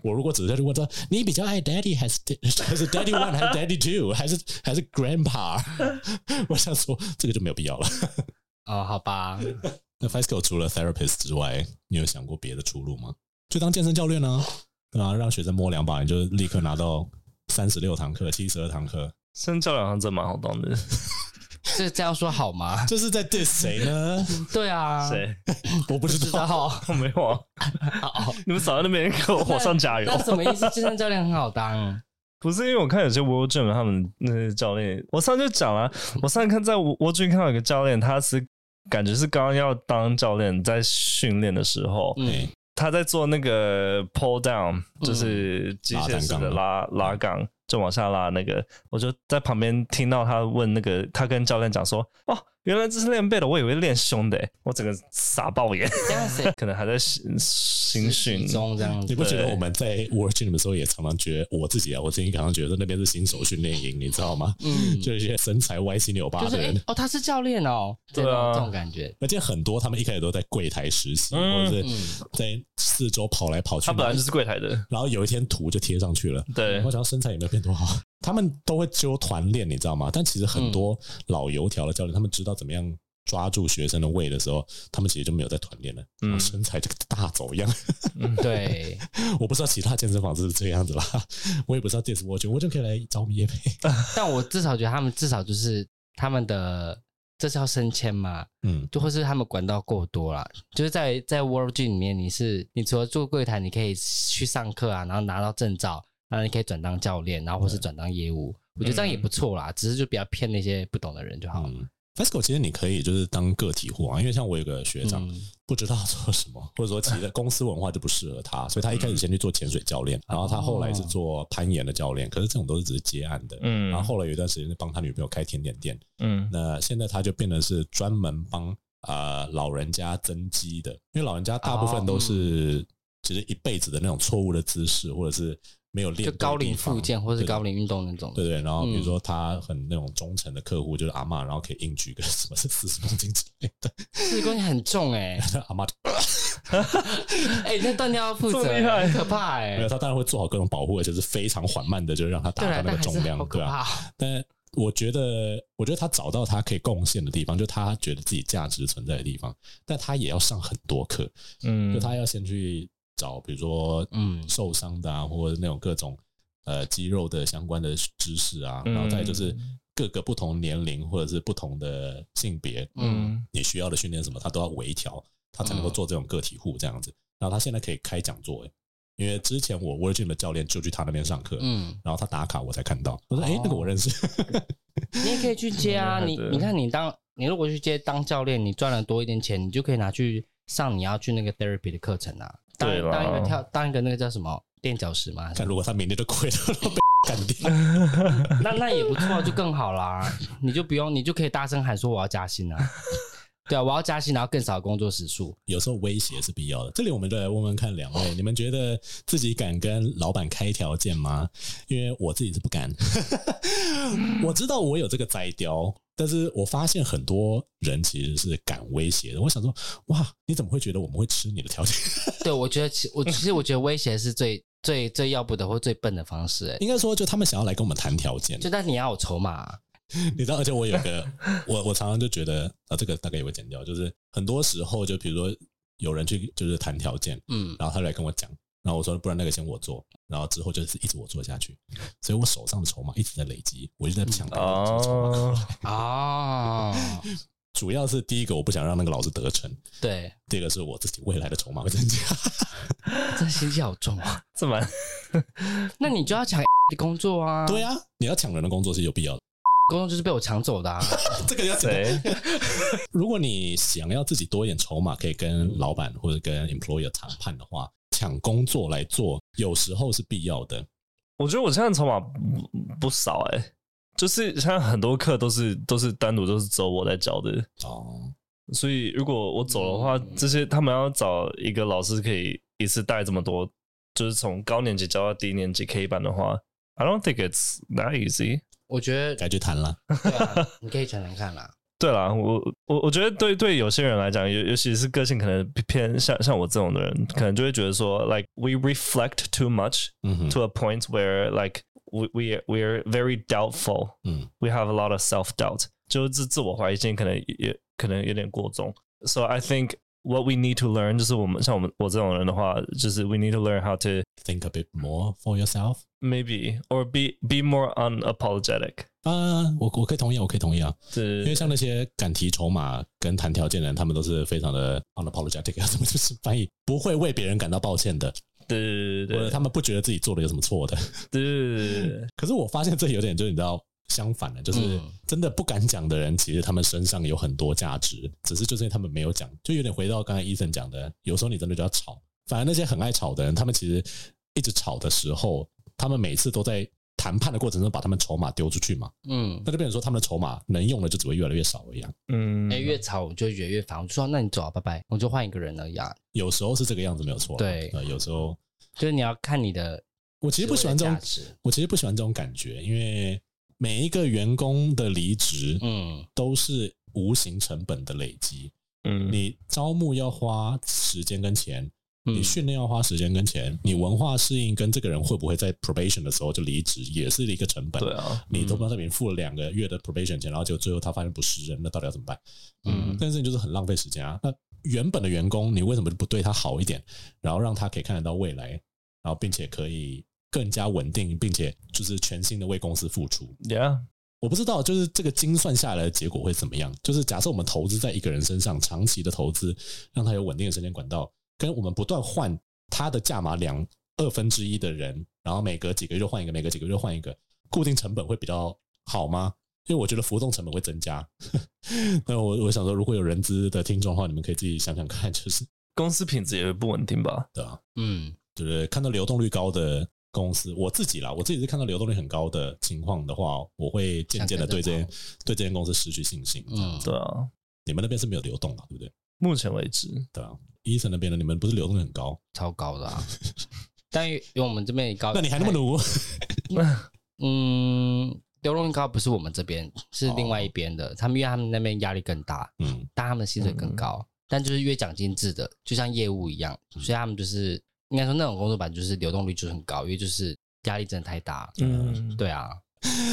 Speaker 2: 我如果只是在问说你比较爱 daddy 还是 还是 daddy one 还是 daddy two 还是还是 grandpa，我想说这个就没有必要了。
Speaker 3: 哦，好吧，
Speaker 2: 那 FESCO 除了 therapist 之外，你有想过别的出路吗？就当健身教练呢、对啊，让学生摸两把，你就立刻拿到三十六堂课、七十二堂课，
Speaker 1: 身教练好像真蛮好当的。
Speaker 3: 这这样说 好吗？
Speaker 2: 这是在 diss 谁呢？
Speaker 3: 对啊，
Speaker 1: 谁？
Speaker 2: 我不
Speaker 3: 不
Speaker 2: 知
Speaker 3: 知
Speaker 2: 道。
Speaker 3: 道？
Speaker 1: 我没有啊，
Speaker 3: 好，
Speaker 1: 你们少在那边给我火上加油
Speaker 3: 那。什么意思？健身教练很好 当，
Speaker 1: 不是因为我看有些 World Gym 他们那些教练，我上次就讲了，我上次看在 World Gym 看到有个教练，他是感觉是刚刚要当教练，在训练的时候，
Speaker 2: 哎
Speaker 3: 嗯
Speaker 1: 他在做那个 pull down，就是机械式的拉拉杠，就往下拉那个，我就在旁边听到他问那个，他跟教练讲说：“哦，原来这是练背的，我以为练胸的欸，我整个傻爆眼，
Speaker 3: 这样谁
Speaker 1: 可能还在新新训。”
Speaker 3: 中这样
Speaker 2: 你
Speaker 3: 子？
Speaker 2: 不觉得我们在 World Gym 的时候也常常觉得我自己啊，我最近常常觉得那边是新手训练营，你知道吗？
Speaker 3: 嗯，
Speaker 2: 就一些身材歪七扭八
Speaker 3: 就是
Speaker 2: 的
Speaker 3: 哎
Speaker 2: 人，
Speaker 3: 哦，他是教练哦，
Speaker 1: 对啊
Speaker 3: 这种这种感觉，
Speaker 2: 而且很多他们一开始都在柜台实习，
Speaker 1: 嗯
Speaker 2: 或者
Speaker 3: 嗯
Speaker 2: 是在四周跑来跑去。
Speaker 1: 他本来就是柜台的，
Speaker 2: 然后有一天图就贴上去了，
Speaker 1: 对
Speaker 2: 我，想身材有没有变多好？ 他们都会揪团练，你知道吗？但其实很多老油条的教练，他们知道怎么样抓住学生的胃的时候，他们其实就没有在团练了，
Speaker 1: 嗯
Speaker 2: 嗯、身材这个大走样。
Speaker 3: 对，
Speaker 2: 我不知道其他健身房是不是这样子啦， 我也不知道 diss 我觉得我就可以来找我们叶培。
Speaker 3: 但我至少觉得他们至少就是他们的，这是要升迁嘛，
Speaker 2: 嗯，
Speaker 3: 就或是他们管道够多啦，就是在在 World Gym 里面，你是你除了做柜台，你可以去上课啊，然后拿到证照，然后你可以转当教练，然后或是转当业务，我觉得这样也不错啦，只是就比较骗那些不懂的人就好了。
Speaker 2: 嗯 f e s c o 其实你可以就是当个体户啊，因为像我有个学长，
Speaker 3: 嗯
Speaker 2: 不知道做什么， 或者说其实公司文化就不适合他，所以他一开始先去做潜水教练，然后他后来是做攀岩的教练，可是这种都是只是接案的。
Speaker 1: 嗯
Speaker 2: 然后后来有一段时间是帮他女朋友开甜点店，
Speaker 1: 嗯
Speaker 2: 那现在他就变成是专门帮啊老人家增肌的，因为老人家大部分
Speaker 3: 哦
Speaker 2: 都是其实一辈子的那种错误的姿势，或者是没有练
Speaker 3: 就
Speaker 2: 对的
Speaker 3: 高
Speaker 2: 地
Speaker 3: 龄
Speaker 2: 方
Speaker 3: 复健或是
Speaker 2: 对的
Speaker 3: 高龄运动那种的，
Speaker 2: 对对，然后比如
Speaker 3: 嗯
Speaker 2: 说他很那种忠诚的客户，就是阿嬷，然后可以硬举个什么四十公斤之类的，
Speaker 3: 这关系很重哎、
Speaker 2: 阿嬷就
Speaker 3: 哎、那断掉要负责、
Speaker 1: 这么厉害
Speaker 3: 很可怕哎、
Speaker 2: 没有，他当然会做好各种保护，而且是非常缓慢的，就是让他达
Speaker 3: 对
Speaker 2: 到那
Speaker 3: 啦，但
Speaker 2: 个
Speaker 3: 还是
Speaker 2: 重量
Speaker 3: 好，可
Speaker 2: 对啊。
Speaker 3: 怕。
Speaker 2: 但我觉得，我觉得他找到他可以贡献的地方，就他觉得自己价值存在的地方，但他也要上很多课，就
Speaker 1: 嗯，
Speaker 2: 他要先去找，比如说
Speaker 3: 嗯
Speaker 2: 受伤的啊，或者那种各种呃肌肉的相关的知识啊，
Speaker 3: 嗯
Speaker 2: 然后再就是各个不同年龄或者是不同的性别，
Speaker 3: 嗯，
Speaker 1: 嗯
Speaker 2: 你需要的训练什么，他都要微调，他才能够做这种个体户这样
Speaker 3: 嗯
Speaker 2: 子。然后他现在可以开讲座、欸，因为之前我 Virgin 的教练就去他那边上课，
Speaker 3: 嗯，
Speaker 2: 然后他打卡我才看到，我说哎、欸
Speaker 3: 哦
Speaker 2: 那个我认识，
Speaker 3: 你也可以去接啊。
Speaker 1: 蛮厉
Speaker 3: 你
Speaker 1: 害的
Speaker 3: 你看，你当你如果去接当教练，你赚了多一点钱，你就可以拿去上你要去那个 therapy 的课程啊。当
Speaker 1: 对啦
Speaker 3: 当一个跳当一个那个叫什么垫脚石嘛，
Speaker 2: 看如果他明天就亏了，都被 干掉。
Speaker 3: 那那也不错，就更 好啦。你就不用，你就可以大声喊说我要加薪啊。对啊，我要加薪，然后更少工作时数。
Speaker 2: 有时候威胁是必要的。这里我们就来问问看两位，你们觉得自己敢跟老板开条件吗？因为我自己是不敢。 我知道我有这个摘雕，但是我发现很多人其实是敢威胁的。我想说，哇，你怎么会觉得我们会吃你的条件？
Speaker 3: 对，我觉得其我其实我觉得威胁是最最最要不得或最笨的方式、欸。
Speaker 2: 应该说，就他们想要来跟我们谈条件，
Speaker 3: 就但你要有筹码啊、
Speaker 2: 你知道，而且我有个， 我我常常就觉得啊，这个大概也会剪掉，就是很多时候，就比如说有人去就是谈条件，
Speaker 3: 嗯，
Speaker 2: 然后他就来跟我讲，然后我说不然那个先我做，然后之后就是一直我做下去，所以我手上的筹码一直在累积，我一直在想赶紧做筹码
Speaker 1: 哦，
Speaker 3: 哦，
Speaker 2: 主要是第一个我不想让那个老师得逞，
Speaker 3: 对，
Speaker 2: 第二个是我自己未来的筹码会增加。
Speaker 3: 这心机好重啊。
Speaker 1: 这蛮
Speaker 3: 那你就要抢的工作啊，
Speaker 2: 对
Speaker 3: 啊，
Speaker 2: 啊，你要抢人的工作是有必要的，
Speaker 3: 工作就是被我抢走的、啊。
Speaker 2: 这个要 讲。
Speaker 1: 谁？
Speaker 2: 如果你想要自己多一点筹码，可以跟老板或者跟 employer 谈判的话，抢工作来做，有时候是必要的。
Speaker 1: 我觉得我现在筹码不不少哎、就是现在很多课都是都是单独都是走我在教的，
Speaker 2: 哦，嗯
Speaker 1: 所以如果我走的话，这些他们要找一个老师可以一次带这么多，就是从高年级教到低年级 K 班的话，I don't think it's that easy。
Speaker 3: 我觉得
Speaker 2: 该去谈了。
Speaker 3: 对啊，你可以想想看啦。
Speaker 1: 对啦，我我我觉得对对有些人来讲，尤尤其是个性可能偏像像我这种的人，可能就会觉得说，like we reflect too much
Speaker 2: 嗯哼，
Speaker 1: to a point where like we we we are very doubtful。
Speaker 2: 嗯
Speaker 1: we have a lot of self doubt，就是自自我怀疑性可能也可能有点过重。So I think what we need to learn 就是我们像我们我这种人的话，就是 we need to learn how to
Speaker 2: ，think a bit more for yourself。
Speaker 1: maybe or be be more unapologetic。
Speaker 2: 啊，我我可以同意啊，我可以同意啊，因为
Speaker 1: 是
Speaker 2: 像那些敢提筹码跟谈条件的人，他们都是非常的 unapologetic，怎么 就是翻译不会为别人感到抱歉的，
Speaker 1: 对对
Speaker 2: 或
Speaker 1: 对
Speaker 2: 者他们不觉得自己做的有什么错的。
Speaker 1: 对
Speaker 2: 可是我发现这有点就是你知道相反的，就是
Speaker 3: 嗯
Speaker 2: 真的不敢讲的人，其实他们身上有很多价值，只是就是因为他们没有讲，就有点回到刚才医生讲的，有时候你真的就要吵。反而那些很爱吵的人，他们其实一直吵的时候，他们每次都在谈判的过程中把他们筹码丢出去嘛，
Speaker 3: 嗯，
Speaker 2: 那就变成说他们的筹码能用的就只会越来越少啊一样。
Speaker 1: 嗯
Speaker 3: 哎、，越吵我就越越烦，我就说那你走啊，拜拜，我就换一个人了呀。
Speaker 2: 有时候是这个样子没有错，
Speaker 3: 对
Speaker 2: 呃，有时候
Speaker 3: 就是你要看你的，
Speaker 2: 我其实不喜欢这种
Speaker 3: 价，值。
Speaker 2: 我其实不喜欢这种感觉，因为每一个员工的离职
Speaker 3: 嗯，
Speaker 2: 都是无形成本的累积。
Speaker 1: 嗯
Speaker 2: 你招募要花时间跟钱，你
Speaker 3: 嗯
Speaker 2: 训练要花时间跟钱，你文化适应跟这个人会不会在 probation 的时候就离职，也是一个成本。
Speaker 1: 对啊，
Speaker 2: 你都不知道，你付了两个月的 probation 钱，然后就最后他发现不是人，那到底要怎么办？
Speaker 3: 嗯
Speaker 2: 这件事情就是很浪费时间啊。那原本的员工，你为什么不对他好一点，然后让他可以看得到未来，然后并且可以更加稳定，并且就是全心的为公司付出？
Speaker 1: ，Yeah，
Speaker 2: 我不知道，就是这个精算下来的结果会怎么样？就是假设我们投资在一个人身上，长期的投资，让他有稳定的时间管道，跟我们不断换他的价码两二分之一的人，然后每隔几个月就换一个，每隔几个月就换一个，固定成本会比较好吗？因为我觉得浮动成本会增加。 那我我想说，如果有人资的听众的话，你们可以自己想想看，就是
Speaker 1: 公司品质也不稳定吧？
Speaker 2: 对啊，
Speaker 3: 嗯
Speaker 2: 就是看到流动率高的。公司我自己啦，我自己是看到流动率很高的情况的话，我会渐渐的对这
Speaker 3: 想
Speaker 2: 间
Speaker 3: 跟着
Speaker 2: 对这间公司失去信心。嗯，
Speaker 3: 嗯，
Speaker 1: 对啊，
Speaker 2: 你们那边是没有流动啊，对不对？
Speaker 1: 目前为止，
Speaker 2: 对啊，医生那边呢，你们不是流动率很高？
Speaker 3: 超高的 啊。但因为我们这边也高，
Speaker 2: 那你还那么努？
Speaker 3: 嗯，流动率高不是我们这边，是另外一边的。他们因为他们那边压力更大，
Speaker 2: 嗯，
Speaker 3: 但他们的薪水更高，但就是越奖金制的，就像业务一样，所以他们就是应该说那种工作版就是流动率就是很高，因为就是压力真的太大。
Speaker 1: 嗯，
Speaker 3: 对啊，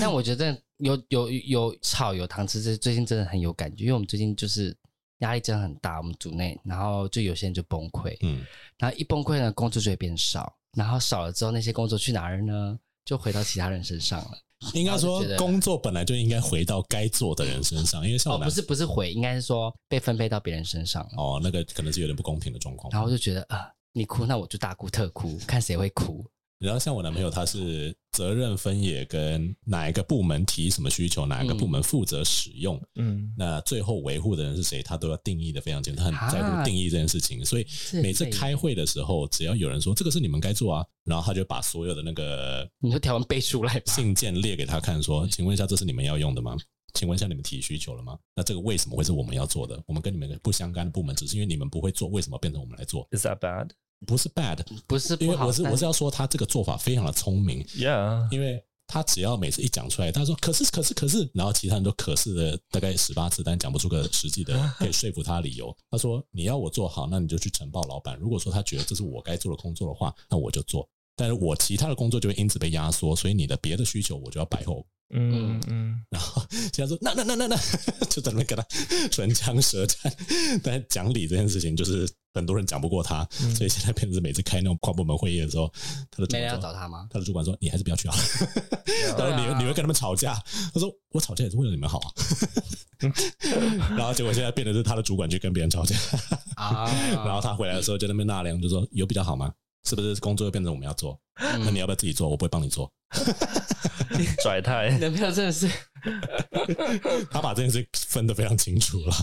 Speaker 3: 但我觉得有有有炒有糖吃，这最近真的很有感觉，因为我们最近就是压力真的很大，我们组内，然后就有些人就崩溃，
Speaker 2: 嗯，
Speaker 3: 然后一崩溃呢，工作就会变少，然后少了之后，那些工作去哪儿呢？就回到其他人身上了。
Speaker 2: 应该
Speaker 3: 我
Speaker 2: 说
Speaker 3: 就觉得
Speaker 2: 工作本来就应该回到该做的人身上，因为像
Speaker 3: 哦，
Speaker 2: 我男
Speaker 3: 不是不是回，应该是说被分配到别人身上了。
Speaker 2: 哦，那个可能是有点不公平的状况。
Speaker 3: 然后我就觉得啊、你哭，那我就大哭特哭，看谁会哭。
Speaker 2: 然后像我男朋友，他是责任分野跟哪一个部门提什么需求，哪一个部门负责使用，
Speaker 1: 嗯，
Speaker 2: 那最后维护的人是谁，他都要定义的非常清楚，他
Speaker 3: 啊
Speaker 2: 很在乎定义这件事情。所以
Speaker 3: 这
Speaker 2: 每次
Speaker 3: 类
Speaker 2: 开会的时候，只要有人说这个是你们该做啊，然后他就把所有的那个
Speaker 3: 你就条文背出来吧。
Speaker 2: 信件列给他看，说：“请问一下，这是你们要用的吗？请问一下，你们提需求了吗？那这个为什么会是我们要做的？我们跟你们不相干的部门，只是因为你们不会做，为什么变成我们来做？
Speaker 1: ，Is that bad?
Speaker 2: 不是 bad，
Speaker 3: 不是
Speaker 2: 因
Speaker 3: 不
Speaker 2: 为
Speaker 3: 好，
Speaker 2: 我是
Speaker 3: 但
Speaker 2: 我是要说他这个做法非常的聪明，
Speaker 1: Yeah，
Speaker 2: 因为他只要每次一讲出来，他说可是可是可是，然后其他人都可是了大概十八次，但讲不出个实际的可以说服他的理由。他说你要我做好，那你就去呈报老板。如果说他觉得这是我该做的工作的话，那我就做。但是我其他的工作就会因此被压缩，所以你的别的需求我就要摆后
Speaker 1: 嗯嗯
Speaker 2: 然后其他说那那那那那， 就在那边跟他 唇枪舌战。但是讲理这件事情，就是很多人讲不过他，
Speaker 1: 嗯
Speaker 2: 所以现在变成是每次开那种跨部门会议的时候，他的主
Speaker 3: 没人
Speaker 2: 管
Speaker 3: 要找
Speaker 2: 说，
Speaker 3: 他吗？
Speaker 2: 他的主管说你还是不要去好了。然啊后你
Speaker 1: 啊
Speaker 3: 啊
Speaker 2: 会你会跟他们吵架，他说我吵架也是为了你们好啊。 然后结果现在变得是他的主管去跟别人吵架，
Speaker 3: 啊，
Speaker 2: 然后他回来的时候就在那边纳凉，就说有比较好吗？是不是工作又变成我们要做？那你要不要自己做？我不会帮你做。
Speaker 1: 拽太，
Speaker 3: 男朋友真的是，
Speaker 2: 他把这件事分得非常清楚了。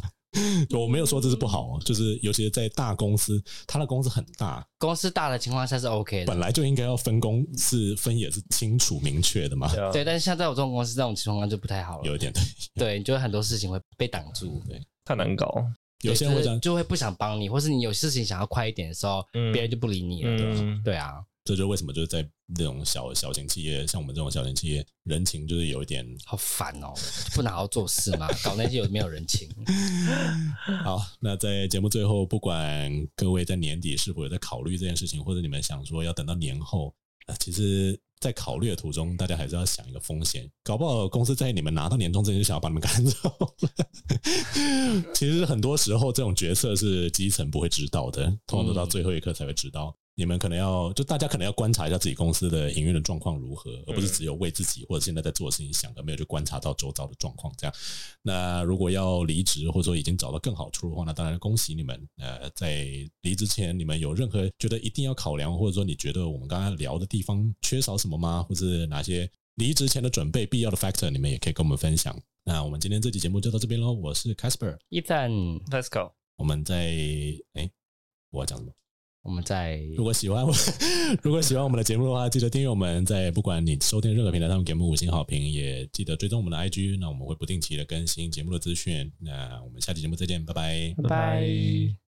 Speaker 2: 我没有说这是不好哦，就是尤其是在大公司，他的公司很大，
Speaker 3: 公司大的情况下是 OK 的
Speaker 2: 本，来就应该要分工是分也是清楚明确的嘛，
Speaker 1: Yeah
Speaker 3: 对。啊但是像在我这种公司，这种情况就不太好
Speaker 2: 有一
Speaker 3: 了。
Speaker 2: 点对，
Speaker 3: 对，你就会很多事情会被挡住。
Speaker 1: 太难搞。
Speaker 2: 有些人会
Speaker 3: 对
Speaker 2: 这
Speaker 3: 就是
Speaker 2: 样，
Speaker 3: 就会不想帮你，或是你有事情想要快一点的时候，
Speaker 1: 嗯
Speaker 3: 别人就不理你了。
Speaker 1: 嗯
Speaker 3: 对啊，
Speaker 2: 这就是为什么就是在那种小小型企业，像我们这种小型企业，人情就是有一点
Speaker 3: 好烦哦，不能好好做事吗？搞那些有没有人情？
Speaker 2: 好，那在节目最后，不管各位在年底是否有在考虑这件事情，或者你们想说要等到年后，呃、其实，在考虑的途中，大家还是要想一个风险，搞不好公司在你们拿到年终之前就想要把你们赶走。 其实很多时候，这种决策是基层不会知道的，通常都到最后一刻才会知道。你们可能要，就大家可能要观察一下自己公司的营运的状况如何，而不是只有为自己或者现在在做的事情想，而没有去观察到周遭的状况这样。那如果要离职，或者说已经找到更好出路的话，那当然恭喜你们。呃，在离职前，你们有任何觉得一定要考量，或者说你觉得我们刚刚聊的地方缺少什么吗？或是哪些离职前的准备必要的 factor，你们也可以跟我们分享。那我们今天这期节目就到这边喽。我是 Casper，
Speaker 3: 伊赞，
Speaker 1: Let's go，
Speaker 2: 我们在哎，我要讲什么？
Speaker 3: 我们在
Speaker 2: 如果喜欢我， 如果喜欢我们的节目的话，记得订阅我们，在不管你收听任何平台上面给我们五星好评，也记得追踪我们的 IG。那我们会不定期的更新节目的资讯。那我们下期节目再见，拜拜。
Speaker 1: 拜拜